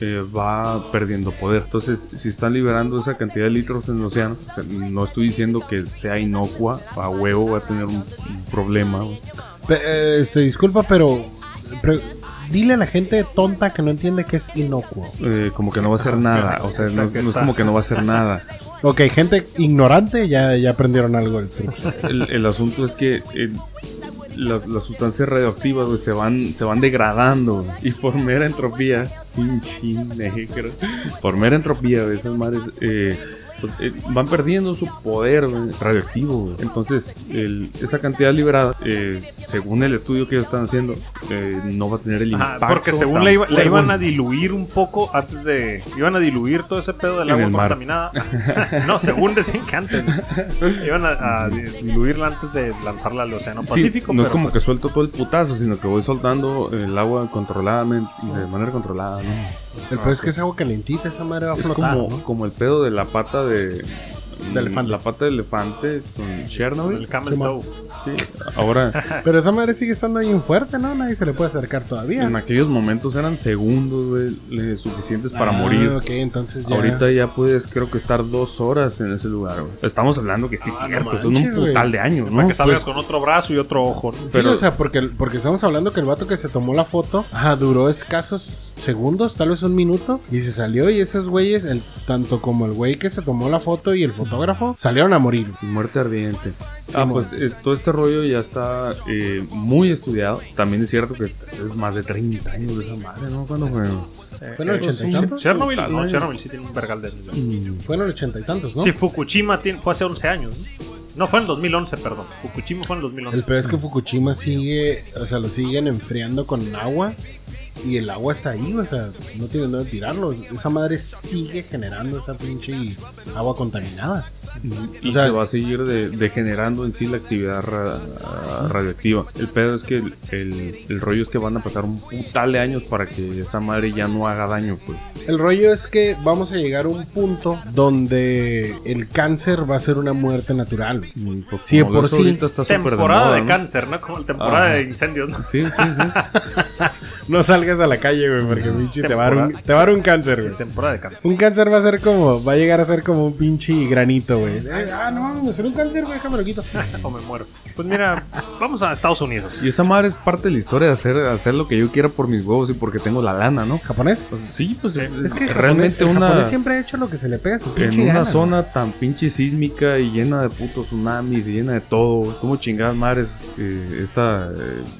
Speaker 3: eh, va perdiendo poder. Entonces, si están liberando esa cantidad de litros en el océano, o sea, no estoy diciendo que sea inocua, a huevo va a tener un, un problema. güey.
Speaker 2: Pe- eh, se disculpa, pero, pero dile a la gente tonta que no entiende que es inocuo.
Speaker 3: Eh, como que no va a hacer nada. O sea, no, es- no es como que no va a hacer nada.
Speaker 2: Ok, gente ignorante, ya, ya aprendieron algo del truco.
Speaker 3: El, el asunto es que eh, las, las sustancias radioactivas güey, se van se van degradando güey. y por mera entropía, pinche negro, por mera entropía güey, esas mares eh, pues, eh, van perdiendo su poder güey, radioactivo. güey. Entonces el- esa cantidad liberada, eh, según el estudio que ellos están haciendo, eh, no va a tener el
Speaker 1: Ajá,
Speaker 3: impacto.
Speaker 1: porque según
Speaker 3: tan
Speaker 1: la, iba- la
Speaker 3: fuerte.
Speaker 1: iban a diluir un poco antes de... Iban a diluir todo ese pedo del
Speaker 3: En
Speaker 1: agua
Speaker 3: el mar.
Speaker 1: contaminada. no, según decían que antes. Iban a, a di- diluirla antes de lanzarla al Océano
Speaker 3: Sí,
Speaker 1: Pacífico.
Speaker 3: no es
Speaker 1: pero,
Speaker 3: como
Speaker 1: pues,
Speaker 3: que suelto todo el putazo, sino que voy soltando el agua controladamente, de manera controlada. ¿no?
Speaker 2: El peor es que es agua calentita, esa madre va a
Speaker 3: Es
Speaker 2: flotar.
Speaker 3: como,
Speaker 2: ¿no?
Speaker 3: como el pedo de la pata de.
Speaker 2: elefante.
Speaker 3: La pata de elefante con Chernobyl.
Speaker 1: El camel
Speaker 2: Simón.
Speaker 1: toe.
Speaker 3: Sí. Ahora,
Speaker 2: Pero esa madre sigue estando bien fuerte, ¿no? Nadie se le puede acercar todavía.
Speaker 3: en aquellos momentos eran segundos, güey, le- suficientes para
Speaker 2: Ah,
Speaker 3: morir.
Speaker 2: Ok, entonces ya.
Speaker 3: Ahorita ya puedes, creo que estar dos horas en ese lugar, güey. Estamos hablando que sí, es
Speaker 2: Ah, no
Speaker 3: cierto, son un
Speaker 2: manches, güey.
Speaker 3: putal de años, ¿no?
Speaker 1: Para que salgas
Speaker 3: Pues,
Speaker 1: con otro brazo y otro ojo. ¿no?
Speaker 2: Sí,
Speaker 3: pero-
Speaker 2: o sea, porque, porque estamos hablando que el vato que se tomó la foto, ajá, duró escasos segundos, tal vez un minuto, y se salió y esos güeyes, el, tanto como el güey que se tomó la foto y el fotógrafo, salieron a morir.
Speaker 3: Muerte ardiente.
Speaker 2: Sí,
Speaker 3: ah,
Speaker 2: mon.
Speaker 3: pues eh, todo este rollo ya está eh, muy estudiado. También es cierto que es más de 30 años de esa madre, ¿no? ¿Cuándo fue?
Speaker 1: Eh,
Speaker 2: ¿Fue en el
Speaker 1: eh,
Speaker 2: ochenta y
Speaker 1: Ch-
Speaker 2: tantos?
Speaker 1: Chernobyl,
Speaker 3: Tal,
Speaker 1: no,
Speaker 3: ¿no?
Speaker 1: Chernobyl sí tiene un vergal de nivel.
Speaker 2: Fue en el ochenta y tantos, ¿no?
Speaker 1: Sí, Fukushima tiene- fue hace 11 años. ¿no? No, fue en el 2011, perdón. Fukushima fue en el
Speaker 2: El
Speaker 1: 2011.
Speaker 2: peor es que Fukushima sigue, o sea, lo siguen enfriando con agua y el agua está ahí, o sea, no tienen dónde tirarlo. Esa madre sigue generando esa pinche agua contaminada.
Speaker 3: Y
Speaker 2: O sea-
Speaker 3: se va a seguir de- degenerando en sí la actividad ra- radioactiva. El pedo es que el, el- el rollo es que van a pasar un putal de años para que esa madre ya no haga daño, pues.
Speaker 2: El rollo es que vamos a llegar a un punto donde el cáncer va a ser una muerte natural. güey.
Speaker 3: Y, pues,
Speaker 2: Sí,
Speaker 3: como
Speaker 2: por
Speaker 3: eso
Speaker 2: sí.
Speaker 3: ahorita está súper
Speaker 1: temporada
Speaker 3: moda,
Speaker 1: de
Speaker 3: ¿no?
Speaker 1: cáncer, ¿no? Como la temporada
Speaker 3: Ajá.
Speaker 1: de incendios. ¿no?
Speaker 3: Sí, sí, sí.
Speaker 2: No salgas a la calle, güey, porque pinche te va, a dar un, te va a dar un cáncer, güey.
Speaker 1: Temporada de cáncer.
Speaker 2: Un cáncer va a ser como, va a llegar a ser como un pinche granito, güey. Ah, no, me salió un cáncer, güey, déjame lo quito.
Speaker 1: O me muero. Pues mira, vamos a Estados Unidos.
Speaker 3: y esa madre es parte de la historia de hacer, hacer lo que yo quiera por mis huevos y porque tengo la lana, ¿no?
Speaker 2: ¿Japonés?
Speaker 3: Pues sí, pues es,
Speaker 2: Es que el
Speaker 3: realmente
Speaker 2: japonés, el
Speaker 3: una,
Speaker 2: japonés siempre ha hecho lo que se le pega a su
Speaker 3: en
Speaker 2: pinche
Speaker 3: una
Speaker 2: gana,
Speaker 3: zona tan pinche sísmica y llena de putos tsunamis y llena de todo, güey. ¿cómo chingadas madres eh, este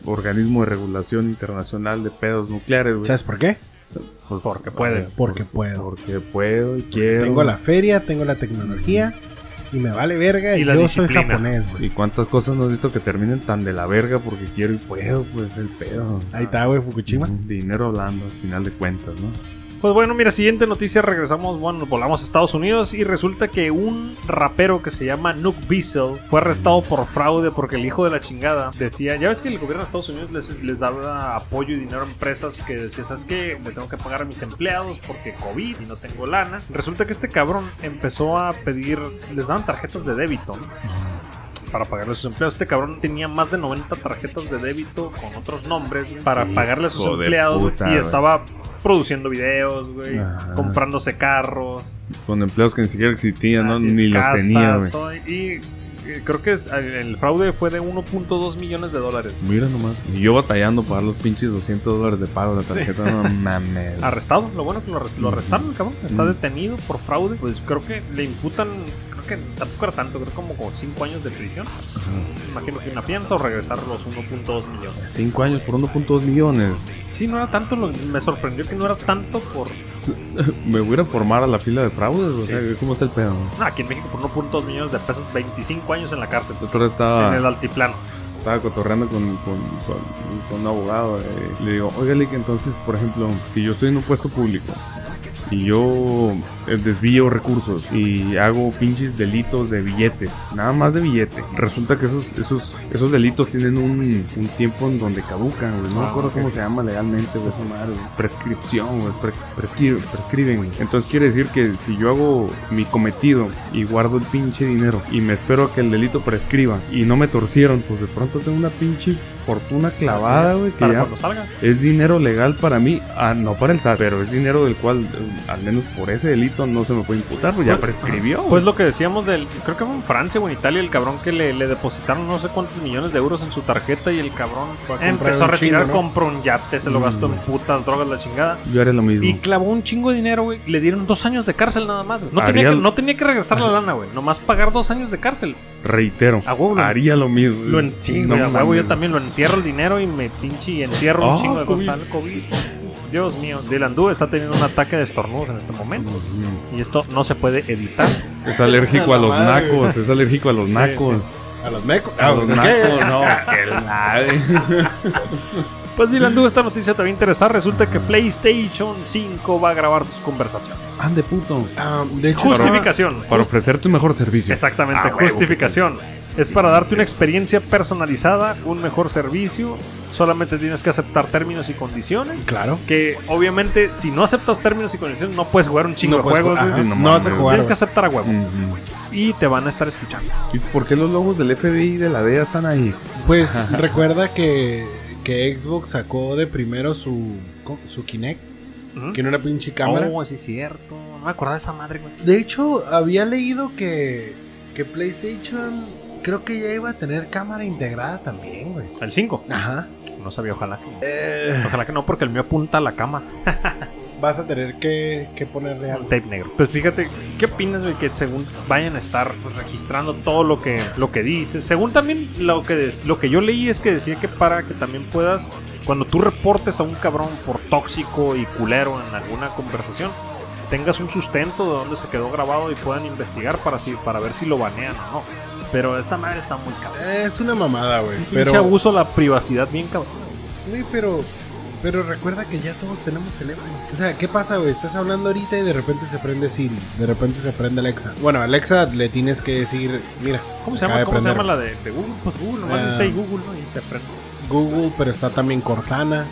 Speaker 3: organismo de regulación internacional de pedos nucleares,
Speaker 2: güey.
Speaker 3: güey?
Speaker 2: ¿Sabes por qué?
Speaker 3: Pues,
Speaker 1: Porque puede.
Speaker 3: eh,
Speaker 2: Porque puedo.
Speaker 3: Porque puedo y quiero.
Speaker 2: Tengo la feria, tengo la tecnología y me vale verga
Speaker 1: Y
Speaker 2: y,
Speaker 1: la
Speaker 2: yo
Speaker 1: disciplina.
Speaker 2: soy japonés, güey.
Speaker 3: Y cuántas cosas no he visto que terminen tan de la verga porque quiero y puedo, pues el pedo.
Speaker 2: Ahí está, güey, Fukushima.
Speaker 3: Dinero hablando, al final de cuentas, ¿no?
Speaker 1: Pues bueno, mira, siguiente noticia, regresamos, bueno, volamos a Estados Unidos y resulta que un rapero que se llama Nuke Bissell fue arrestado por fraude porque el hijo de la chingada decía, ya ves que el gobierno de Estados Unidos les, les daba apoyo y dinero a empresas que decía, ¿sabes qué? Le tengo que pagar a mis empleados porque COVID y no tengo lana. Resulta que este cabrón empezó a pedir, les daban tarjetas de débito, ¿no? para pagarle a sus empleados. Este cabrón tenía más de 90 tarjetas de débito con otros nombres güey, para
Speaker 3: Hijo
Speaker 1: pagarle a sus
Speaker 3: de
Speaker 1: empleados güey,
Speaker 3: puta,
Speaker 1: y
Speaker 3: güey.
Speaker 1: estaba produciendo videos, güey,
Speaker 3: Ajá.
Speaker 1: comprándose carros,
Speaker 3: Con empleos que ni siquiera existían, ¿no?
Speaker 1: así
Speaker 3: Ni los
Speaker 1: casas,
Speaker 3: tenía, güey.
Speaker 1: todo. y eh, creo que es- el el fraude fue de 1.2 millones de dólares.
Speaker 3: Mira nomás. Y yo batallando para los pinches 200 dólares de pago de la tarjeta. No mames.
Speaker 1: Arrestado, lo bueno que lo, arres- lo arrestaron, cabrón. Está
Speaker 3: Mm.
Speaker 1: detenido por fraude. Pues creo que le imputan, creo que tampoco era tanto, creo como 5 años de prisión. Imagino que una fianza o regresar los 1.2 millones.
Speaker 3: 5 años por 1.2 millones.
Speaker 1: Sí, no era tanto, lo- me sorprendió que no era tanto por...
Speaker 3: Me voy a ir a formar a la fila de fraudes. O
Speaker 1: Sí.
Speaker 3: sea, ¿cómo está el pedo?
Speaker 1: No, aquí en México por 1.2 millones de pesos, 25 años en la cárcel, pues,
Speaker 3: El otro día
Speaker 1: en el
Speaker 3: estaba,
Speaker 1: altiplano.
Speaker 3: estaba cotorreando con, con, con- con un abogado. eh, Le digo, óigale que entonces, por ejemplo, si yo estoy en un puesto público y yo eh, desvío recursos y hago pinches delitos de billete, nada más de billete. Resulta que esos esos esos delitos tienen un, un tiempo en donde caducan, güey. No me
Speaker 1: Ah,
Speaker 3: acuerdo
Speaker 1: ok.
Speaker 3: cómo se llama legalmente, güey, esa madre, güey. Prescripción, güey, pres- prescri- prescriben, güey. Entonces quiere decir que si yo hago mi cometido y guardo el pinche dinero y me espero a que el delito prescriba y no me torcieron, pues de pronto tengo una pinche fortuna clavada,
Speaker 1: Así es,
Speaker 3: güey, que
Speaker 1: Para
Speaker 3: ya
Speaker 1: cuando salga.
Speaker 3: es dinero legal para mí, ah, no para el SAT, pero es dinero del cual, eh, al menos por ese delito, no se me puede imputar, pues ya
Speaker 1: Pues-
Speaker 3: prescribió.
Speaker 1: Pues lo que decíamos del, creo que fue en Francia o en Italia, el cabrón que le, le depositaron no sé cuántos millones de euros en su tarjeta y el cabrón
Speaker 2: Fue a comprar
Speaker 1: empezó a
Speaker 2: un
Speaker 1: retirar,
Speaker 2: chingo, ¿no? Mm.
Speaker 1: compró un yate, se lo gastó en putas, drogas, la chingada.
Speaker 3: Yo haré lo mismo.
Speaker 1: Y clavó un chingo de dinero, güey. Le dieron dos años de cárcel nada más, güey. No, tenía
Speaker 3: Haría-
Speaker 1: que, no tenía que regresar la lana, güey. Nomás pagar dos años de cárcel.
Speaker 3: Reitero,
Speaker 1: A huevo, lo-
Speaker 3: haría lo mismo.
Speaker 2: Mm,
Speaker 1: Lo en- sí,
Speaker 3: No
Speaker 1: güey, a huevo, yo
Speaker 3: mames.
Speaker 1: también lo entierro el dinero y me pinche y entierro un
Speaker 2: Oh,
Speaker 3: Ah,
Speaker 1: chingo de
Speaker 3: COVID.
Speaker 1: cosas. al COVID. Dios mío, Dylan Du está teniendo un ataque de estornudos en este momento. Y esto no se puede evitar.
Speaker 3: Es alérgico a
Speaker 2: La
Speaker 3: los
Speaker 2: madre. Ah,
Speaker 3: nacos, es alérgico a los nacos.
Speaker 2: A los mecos.
Speaker 3: A los nacos, no, que la-
Speaker 1: Pues Dylan Du, esta noticia te va a interesar. Resulta que PlayStation 5 va a grabar tus conversaciones.
Speaker 3: Ande puto.
Speaker 2: Ah, de hecho,
Speaker 1: Justificación.
Speaker 3: Para ofrecerte un mejor servicio.
Speaker 1: Exactamente,
Speaker 3: A Ah, huevo que sí.
Speaker 1: justificación. Es para darte una experiencia personalizada, un mejor servicio, solamente tienes que aceptar términos y condiciones.
Speaker 2: Claro.
Speaker 1: Que obviamente, si no aceptas términos y condiciones, no puedes jugar un chingo
Speaker 2: No
Speaker 1: de
Speaker 2: puedes
Speaker 1: juegos.
Speaker 2: jugar,
Speaker 1: ¿sí?
Speaker 2: ajá,
Speaker 1: Sí,
Speaker 2: no
Speaker 1: no
Speaker 2: mames.
Speaker 1: vas a jugar, Tienes que aceptar a
Speaker 3: Mm.
Speaker 1: huevo. Y te van a estar escuchando.
Speaker 3: ¿Y por qué los logos del FBI y de la DEA están ahí?
Speaker 2: Pues recuerda que, que Xbox sacó de primero su, su Kinect,
Speaker 1: Ujú.
Speaker 2: que no era pinche cámara.
Speaker 1: Oh, sí, es cierto. No me acordaba de esa madre, güey.
Speaker 2: De hecho, había leído que, que PlayStation creo que ya iba a tener cámara integrada también, güey.
Speaker 1: El 5.
Speaker 2: Ajá.
Speaker 1: No sabía, ojalá. que no.
Speaker 2: Eh,
Speaker 1: Ojalá que no, porque el mío apunta a la cama.
Speaker 2: vas a tener que, que ponerle
Speaker 1: Un
Speaker 2: algo.
Speaker 1: tape negro. Pues fíjate, ¿qué opinas de que según vayan a estar pues, registrando todo lo que lo que dices? Según también lo que des- lo que yo leí es que decía que para que también puedas cuando tú reportes a un cabrón por tóxico y culero en alguna conversación tengas un sustento de dónde se quedó grabado y puedan investigar para si para ver si lo banean o no. Pero esta madre está muy cabrón.
Speaker 2: Eh, Es una mamada, güey.
Speaker 1: Pinche
Speaker 2: Pero,
Speaker 1: abuso a la privacidad bien cabrón.
Speaker 2: güey, pero, pero recuerda que ya todos tenemos teléfonos. O sea, ¿qué pasa, güey? Estás hablando ahorita y de repente se prende Siri. De repente se prende Alexa. Bueno, Alexa le tienes que decir, mira.
Speaker 1: ¿Cómo se, llama,
Speaker 2: acaba de
Speaker 1: ¿cómo se
Speaker 2: prender
Speaker 1: llama la de, de Google? Pues Google, nomás
Speaker 2: Ah.
Speaker 1: dice ahí Google ¿no? y se prende.
Speaker 2: Google, pero está también Cortana.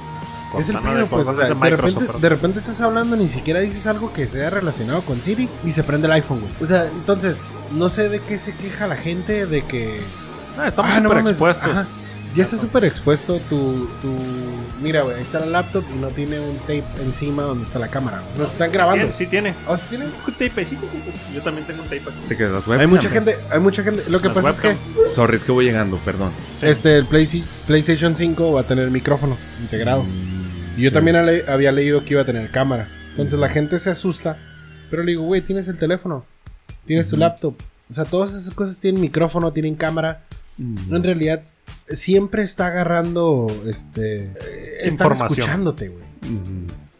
Speaker 2: es el
Speaker 1: Cortana
Speaker 2: pedo,
Speaker 1: de
Speaker 2: pues. o
Speaker 1: Cortana es
Speaker 2: sea, de,
Speaker 1: de
Speaker 2: repente,
Speaker 1: Microsoft.
Speaker 2: de repente estás hablando, ni siquiera dices algo que sea relacionado con Siri y se prende el iPhone, güey. O sea, entonces, no sé de qué se queja la gente de que.
Speaker 1: No, estamos
Speaker 2: "Ah, no
Speaker 1: súper
Speaker 2: mames,
Speaker 1: expuestos.
Speaker 2: ajá, Ya está súper expuesto tu, tu. Mira, güey, ahí está la laptop y no tiene un tape encima donde está la cámara. güey. Nos están grabando.
Speaker 1: Sí tiene. sí tiene.
Speaker 2: Ah, ¿sí tiene?
Speaker 1: Un tape, sí tiene, pues. Yo también tengo un tape aquí.
Speaker 3: Te quedas
Speaker 2: Hay mucha gente, hay mucha gente. Lo que
Speaker 1: Las
Speaker 2: pasa es
Speaker 1: webcams.
Speaker 2: que
Speaker 3: gente. Sorry, es que voy llegando, perdón.
Speaker 1: Sí.
Speaker 2: este el Play- PlayStation 5 va a tener micrófono integrado.
Speaker 1: Mm,
Speaker 2: Y yo
Speaker 3: Sí.
Speaker 2: también ale- había leído que iba a tener cámara. Entonces la gente se asusta. Pero le digo, güey, tienes el teléfono. Tienes tu laptop. O sea, todas esas cosas tienen micrófono, tienen cámara. En realidad, siempre está agarrando, este... eh, Están
Speaker 1: Información.
Speaker 2: escuchándote, güey.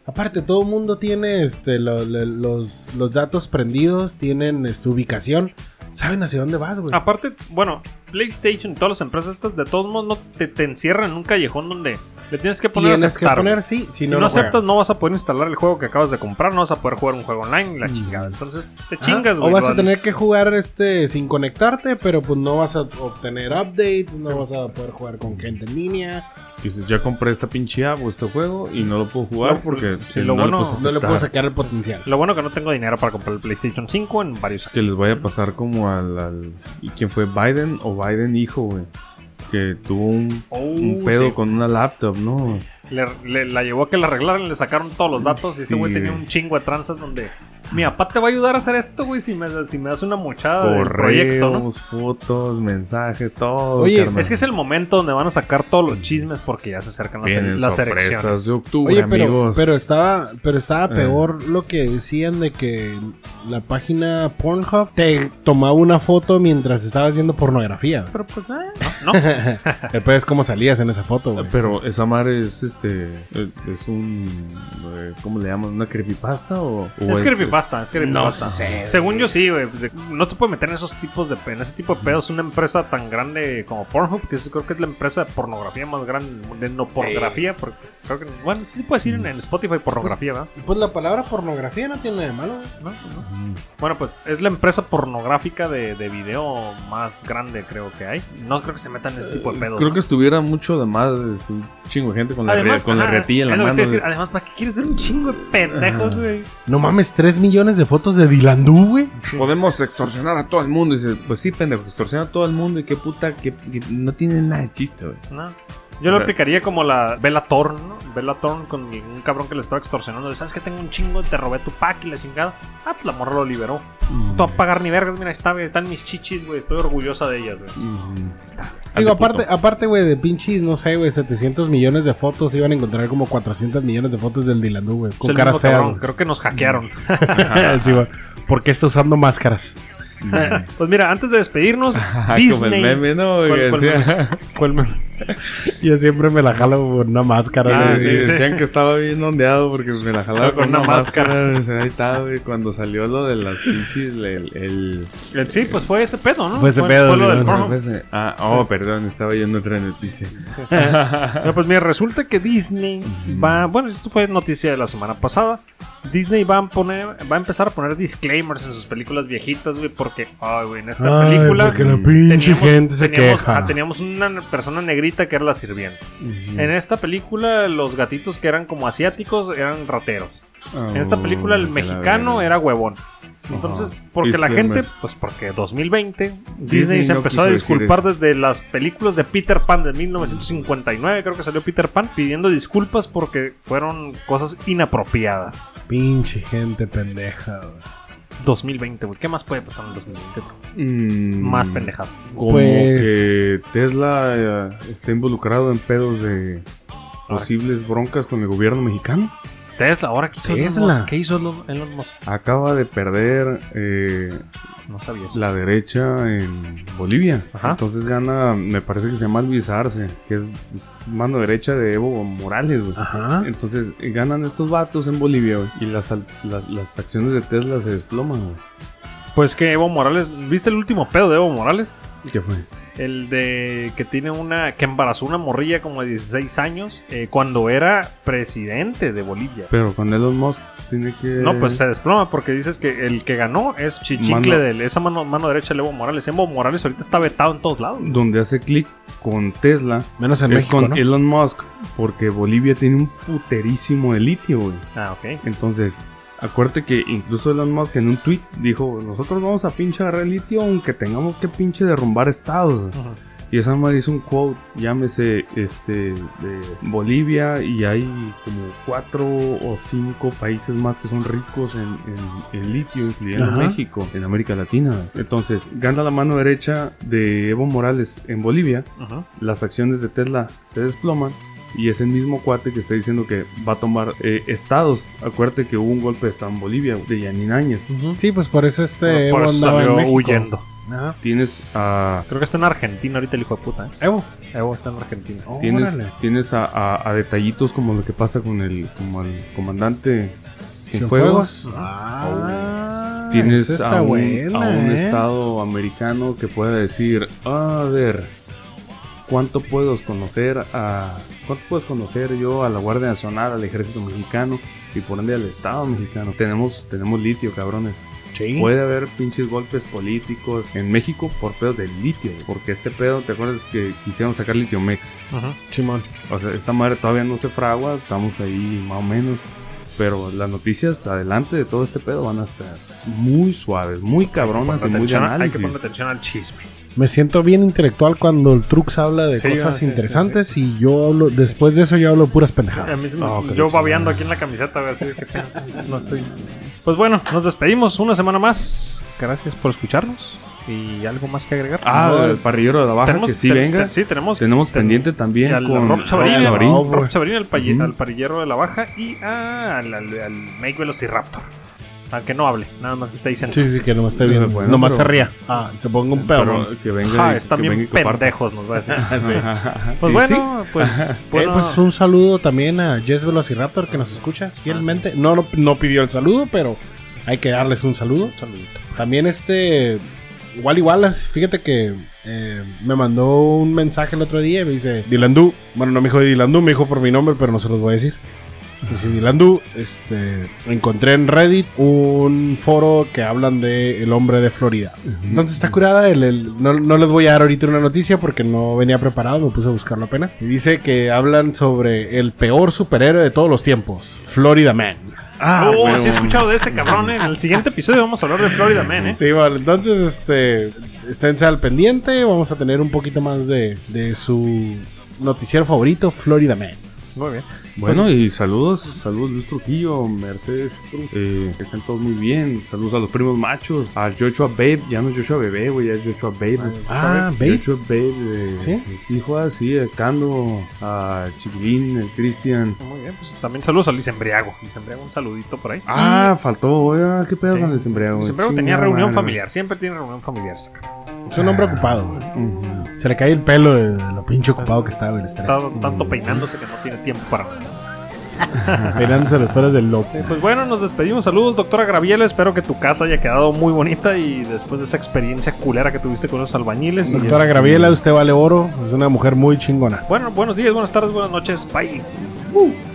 Speaker 2: Aparte, todo el mundo tiene este, lo- lo- los, los datos prendidos, tienen este, ubicación. Saben hacia dónde vas, güey.
Speaker 1: Aparte, bueno, PlayStation y todas las empresas estas, de todos modos, no te, te encierran en un callejón donde le tienes que poner
Speaker 2: Tienes que
Speaker 1: aceptar.
Speaker 2: poner
Speaker 1: güey.
Speaker 2: sí,
Speaker 1: Si,
Speaker 2: si no,
Speaker 1: no,
Speaker 2: no
Speaker 1: aceptas,
Speaker 2: juegas.
Speaker 1: no vas a poder instalar el juego que acabas de comprar, no vas a poder jugar un juego online, la chingada. Entonces, te
Speaker 2: Mm. Ajá,
Speaker 1: chingas, güey.
Speaker 2: O vas
Speaker 1: lo
Speaker 2: a
Speaker 1: han-
Speaker 2: tener que jugar este sin conectarte, pero pues no vas a obtener updates, no vas a poder jugar con gente en línea,
Speaker 3: Dices, ya compré esta pinche app o este juego y no lo puedo jugar
Speaker 1: No,
Speaker 3: porque
Speaker 1: sí,
Speaker 3: eh,
Speaker 1: lo bueno,
Speaker 3: puedes
Speaker 2: no le puedo
Speaker 3: aceptar.
Speaker 2: sacar el potencial.
Speaker 1: Lo bueno que no tengo dinero para comprar el PlayStation 5 en varios años.
Speaker 3: Que les vaya a pasar como al, al- ¿Y quién fue? ¿Biden o Biden hijo, güey? Que tuvo un,
Speaker 1: Oh,
Speaker 3: un pedo
Speaker 1: sí.
Speaker 3: con una laptop, ¿no?
Speaker 1: Le, le- la llevó a que la arreglaran, le sacaron todos los datos y ese
Speaker 3: Sí,
Speaker 1: güey tenía
Speaker 3: güey.
Speaker 1: un chingo de tranzas donde. Mi papá te va a ayudar a hacer esto, güey, si me, si me das una mochada del
Speaker 3: Correos,
Speaker 1: Ah, proyecto, ¿no?
Speaker 3: fotos, mensajes, todo.
Speaker 2: Oye,
Speaker 3: carnal.
Speaker 1: Es que es el momento donde van a sacar todos los chismes porque ya se acercan las, e-,
Speaker 3: Vienen
Speaker 1: las elecciones.
Speaker 3: sorpresas de octubre,
Speaker 2: Oye, pero,
Speaker 3: amigos.
Speaker 2: pero estaba, pero estaba
Speaker 3: Eh.
Speaker 2: peor lo que decían de que la página Pornhub te tomaba una foto mientras estabas haciendo pornografía.
Speaker 1: Pero pues, eh, no, no.
Speaker 2: Después cómo salías en esa foto,
Speaker 3: Ah,
Speaker 2: güey.
Speaker 3: Pero esa madre es este. eh, Es un. eh, ¿Cómo le llaman? ¿Una creepypasta? O, eh, o
Speaker 1: es creepypasta, es creepypasta.
Speaker 2: No sé,
Speaker 1: Según yo sí, güey. de- No se puede meter en esos tipos de... En ese tipo de pedos una empresa tan grande como Pornhub, que es- creo que es la empresa de pornografía más grande del mundo, de no pornografía, porque creo que... Bueno, sí se puede decir en, en Spotify pornografía, ¿verdad?
Speaker 2: Pues la palabra pornografía no tiene nada de malo. güey.
Speaker 1: No, no. Bueno, pues es la empresa pornográfica de, de video más grande creo que hay. No creo que se metan en ese tipo de pedos.
Speaker 3: Eh, Creo
Speaker 1: ¿no?
Speaker 3: que estuviera mucho de más. este, un chingo de gente con la, re- con la
Speaker 1: ajá,
Speaker 3: retilla en la
Speaker 1: es lo que
Speaker 3: mano.
Speaker 1: te iba a decir,
Speaker 3: de-
Speaker 1: además, ¿para qué quieres ver un chingo de pendejos, güey?
Speaker 2: No mames, 3 millones de fotos de Dilandú, güey.
Speaker 3: Podemos extorsionar a todo el mundo. Y dices, pues sí, pendejo, extorsiona a todo el mundo. Y qué puta, que, que no tiene nada de chiste, güey.
Speaker 1: No. Yo lo
Speaker 3: sea-
Speaker 1: aplicaría como la Bella Thorne, ¿no? Bella Thorne con un cabrón que le estaba extorsionando. Le, ¿Sabes que tengo un chingo? Te robé tu pack y la chingada. Ah, pues la morra lo liberó.
Speaker 3: Mm.
Speaker 1: Tú a pagar ni vergas, mira, ahí está, güey, están mis chichis, güey. Estoy orgullosa de ellas, güey.
Speaker 3: Mm.
Speaker 2: Digo,
Speaker 3: Ande, puto.
Speaker 2: aparte, aparte, güey, de pinches, no sé, güey, 700 millones de fotos. Iban a encontrar como 400 millones de fotos del Dilandú, güey.
Speaker 1: Es
Speaker 2: Con
Speaker 1: el
Speaker 2: caras
Speaker 1: mismo
Speaker 2: feas.
Speaker 1: cabrón, Creo que nos hackearon.
Speaker 2: güey. Sí, güey. ¿Por qué está usando máscaras?
Speaker 1: pues mira, antes de despedirnos,
Speaker 3: Ah, como
Speaker 1: Disney.
Speaker 3: el meme, ¿no?
Speaker 1: ¿Cuál-
Speaker 3: Que
Speaker 1: cuál
Speaker 3: decía-
Speaker 1: ¿Cuál me-
Speaker 2: Yo siempre me la jalo por una máscara.
Speaker 1: Ah,
Speaker 2: güey.
Speaker 3: Sí,
Speaker 1: sí, sí.
Speaker 3: decían que estaba bien ondeado porque me la jalaba
Speaker 1: Con
Speaker 3: con
Speaker 1: una
Speaker 3: una máscara. O sea, ahí estaba, güey, Cuando salió lo de las pinches, el- el- el
Speaker 1: Sí, pues fue ese pedo, ¿no?
Speaker 2: Fue ese pedo,
Speaker 1: lo
Speaker 2: sí,
Speaker 1: del
Speaker 2: ¿no?
Speaker 1: Pornhub.
Speaker 3: Ah, oh, perdón, estaba yendo otra noticia.
Speaker 1: No, pues mira, resulta que Disney va. Bueno, esto fue noticia de la semana pasada. Disney va a poner, va a empezar a poner disclaimers en sus películas viejitas, güey, porque, ay, güey, en esta
Speaker 2: Ay,
Speaker 1: película
Speaker 2: porque la pinche
Speaker 1: teníamos-
Speaker 2: gente se
Speaker 1: teníamos-
Speaker 2: queja.
Speaker 1: ah, teníamos una persona negrita que era la sirvienta. En esta película los gatitos que eran como asiáticos eran rateros. En
Speaker 3: Oh,
Speaker 1: esta película el mexicano era huevón. Entonces, porque la
Speaker 3: Disclaimer.
Speaker 1: gente, pues porque 2020 Disney,
Speaker 3: Disney
Speaker 1: se
Speaker 3: no
Speaker 1: empezó a
Speaker 3: quiso decir
Speaker 1: disculpar
Speaker 3: eso.
Speaker 1: desde las películas de Peter Pan de 1959, creo que salió Peter Pan, pidiendo disculpas porque fueron cosas inapropiadas.
Speaker 2: Pinche gente pendeja, güey.
Speaker 1: 2020, güey. ¿Qué más puede pasar en 2020? bro? Más
Speaker 3: Más
Speaker 1: pendejadas.
Speaker 3: Como
Speaker 2: Pues-
Speaker 3: que Tesla eh, está involucrado en pedos de posibles broncas con el gobierno mexicano.
Speaker 1: Tesla, ahora que hizo
Speaker 2: Tesla.
Speaker 1: Elon Musk. ¿Qué hizo Elon Elon Musk?
Speaker 3: Acaba de perder eh,
Speaker 1: No sabía eso.
Speaker 3: la derecha en Bolivia.
Speaker 1: Ajá.
Speaker 3: Entonces gana, me parece que se llama Luis Arce, que es, es mano derecha de Evo Morales, güey.
Speaker 2: Ajá.
Speaker 3: Entonces eh, ganan estos vatos en Bolivia, güey. Y las, al- las, las acciones de Tesla se desploman, güey.
Speaker 1: Pues que Evo Morales, ¿viste el último pedo de Evo Morales?
Speaker 3: ¿Qué fue?
Speaker 1: El de que tiene una. que embarazó una morrilla como de 16 años eh, cuando era presidente de Bolivia.
Speaker 3: Pero con Elon Musk tiene que...
Speaker 1: No, pues se desploma porque dices que el que ganó es Chichicle
Speaker 3: Mano-
Speaker 1: de esa mano, mano derecha de Evo Morales. Evo Morales ahorita está vetado en todos lados.
Speaker 3: Donde hace clic con Tesla
Speaker 2: Menos en
Speaker 3: es
Speaker 2: México,
Speaker 3: con
Speaker 2: ¿no?
Speaker 3: Elon Musk, porque Bolivia tiene un puterísimo de litio, güey.
Speaker 1: Ah, ok.
Speaker 3: Entonces, acuérdate que incluso Elon Musk en un tweet dijo, nosotros vamos a pinche agarrar el litio aunque tengamos que pinche derrumbar estados. güey".
Speaker 1: Ujú.
Speaker 3: Y esa madre hizo un quote, llámese este de Bolivia y hay como cuatro o cinco países más que son ricos en, en- en litio, incluyendo
Speaker 2: Ajá.
Speaker 3: México, en América Latina. Entonces, gana la mano derecha de Evo Morales en Bolivia
Speaker 1: Ujú.
Speaker 3: las acciones de Tesla se desploman y es el mismo cuate que está diciendo que va a tomar eh, estados. Acuérdate que hubo un golpe de Estado en Bolivia de Yanin Áñez.
Speaker 2: Sí, pues por eso este
Speaker 1: Ah, Por
Speaker 2: Evo
Speaker 1: eso
Speaker 2: andaba en
Speaker 1: salió
Speaker 2: México.
Speaker 1: huyendo.
Speaker 2: Ajá.
Speaker 3: Tienes a.
Speaker 1: Creo que está en Argentina ahorita el hijo de puta. ¿eh?
Speaker 2: Evo.
Speaker 1: Evo está en Argentina.
Speaker 3: Tienes,
Speaker 2: Órale.
Speaker 3: tienes a, a- a detallitos como lo que pasa con el, como el comandante Cienfuegos.
Speaker 2: Cienfuegos. Ah,
Speaker 3: Tienes
Speaker 2: esa está
Speaker 3: a un,
Speaker 2: buena,
Speaker 3: a un
Speaker 2: ¿eh?
Speaker 3: estado americano que pueda decir, a ver, ¿cuánto puedo conocer a cuánto puedes conocer yo a la Guardia Nacional, al Ejército Mexicano y por ende al Estado Mexicano? Tenemos tenemos litio, cabrones.
Speaker 2: Sí.
Speaker 3: Puede haber pinches golpes políticos en México por pedos de litio, güey, porque este pedo, ¿te acuerdas que quisieron sacar Litiomex?
Speaker 1: Ujú.
Speaker 2: Chimón.
Speaker 3: O sea, esta madre todavía no se fragua, estamos ahí más o menos. Pero las noticias adelante de todo este pedo van a estar muy suaves, muy cabronas y
Speaker 1: Ponle
Speaker 3: muy de
Speaker 1: atención a- hay que
Speaker 3: análisis.
Speaker 1: poner atención al chisme.
Speaker 2: Me siento bien intelectual cuando el Trux habla de
Speaker 1: Sí, ah,
Speaker 2: cosas
Speaker 1: sí, sí,
Speaker 2: interesantes y yo hablo, después de eso yo hablo puras
Speaker 1: A
Speaker 2: pendejadas.
Speaker 1: mí se me-
Speaker 3: Ah, ok,
Speaker 1: yo
Speaker 3: chingada.
Speaker 1: babeando aquí en la camiseta, a ver si que tengo- no estoy. Pues bueno, nos despedimos una semana más. Gracias por escucharnos. ¿Y algo más que agregar?
Speaker 3: Ah,
Speaker 1: No,
Speaker 3: el parrillero de la baja que sí
Speaker 1: te-
Speaker 3: venga.
Speaker 1: te- sí, tenemos.
Speaker 3: Tenemos
Speaker 1: ten-
Speaker 3: pendiente también
Speaker 1: y al
Speaker 3: con
Speaker 1: Rob Chavarilla,
Speaker 3: Rob Chavarín.
Speaker 1: Rob
Speaker 2: güey.
Speaker 1: Chavarilla, al, palle-
Speaker 3: Ujú.
Speaker 1: al parrillero de la baja y ah, al, al, al Make Velociraptor. Al que no hable, nada más que está diciendo.
Speaker 2: Sí, sí, que nomás esté bien.
Speaker 3: Bueno,
Speaker 2: nomás
Speaker 3: pero-
Speaker 2: se ría. Ah, se ponga un
Speaker 3: Pero
Speaker 2: perro.
Speaker 3: que venga.
Speaker 1: Ah,
Speaker 3: y-
Speaker 1: están
Speaker 3: que venga
Speaker 1: bien
Speaker 3: y comparta.
Speaker 1: pendejos, nos va a decir.
Speaker 3: Sí. Eh,
Speaker 1: Pues
Speaker 3: Y
Speaker 1: bueno, pues. bueno,
Speaker 2: pues un saludo también a Jess Velociraptor que nos escucha fielmente. No, no, no pidió el saludo, pero hay que darles un saludo. También este Wally Wallace, fíjate que eh, me mandó un mensaje el otro día y me dice, Dilandú, bueno, no me dijo Dilandú, me dijo por mi nombre, pero no se los voy a decir. Dice Dilandú, este, encontré en Reddit un foro que hablan de el hombre de Florida. Entonces está curada, el, el- no, no les voy a dar ahorita una noticia porque no venía preparado, me puse a buscarlo apenas. Y dice que hablan sobre el peor superhéroe de todos los tiempos, Florida Man.
Speaker 3: Ah,
Speaker 1: oh,
Speaker 3: huevo.
Speaker 1: sí he escuchado de ese cabrón. eh. En el siguiente episodio vamos a hablar de Florida Man, ¿eh?
Speaker 2: Sí, vale. Entonces, este, esténse al pendiente. Vamos a tener un poquito más de, de su noticiero favorito, Florida Man.
Speaker 1: Muy bien.
Speaker 3: Bueno, y saludos, saludos Luis Trujillo, Mercedes, Trujillo, eh, que estén todos muy bien. Saludos a los primos machos, a Joshua Babe, ya no es Joshua Bebé, güey, ya es Joshua Babe.
Speaker 2: Ah, Babe.
Speaker 3: Joshua Babe de,
Speaker 2: ¿Sí?
Speaker 3: de Tijuana, sí, a Cando, a Chiquilín, el Cristian.
Speaker 1: Muy bien, pues también saludos a Luis Embriago. Luis Embriago, un saludito por ahí.
Speaker 3: Ah, faltó, oiga, qué pedo
Speaker 1: Sí.
Speaker 3: con el sembrero,
Speaker 1: Luis
Speaker 3: güey.
Speaker 1: Embriago tenía
Speaker 3: Chinga
Speaker 1: reunión
Speaker 3: madre.
Speaker 1: familiar, siempre tiene reunión familiar. saca.
Speaker 2: Es un hombre ocupado. güey.
Speaker 3: Ujú.
Speaker 2: Se le cae el pelo de, de lo pinche ocupado que está güey, el estrés.
Speaker 1: Está tanto peinándose que no tiene tiempo para nada.
Speaker 2: Peinándose las pelas del loco.
Speaker 1: Pues bueno, nos despedimos. Saludos, doctora Graviela. Espero que tu casa haya quedado muy bonita y después de esa experiencia culera que tuviste con los albañiles. y
Speaker 2: Doctora
Speaker 1: es-
Speaker 2: Graviela, usted vale oro. Es una mujer muy chingona.
Speaker 1: Bueno, buenos días, buenas tardes, buenas noches. Bye.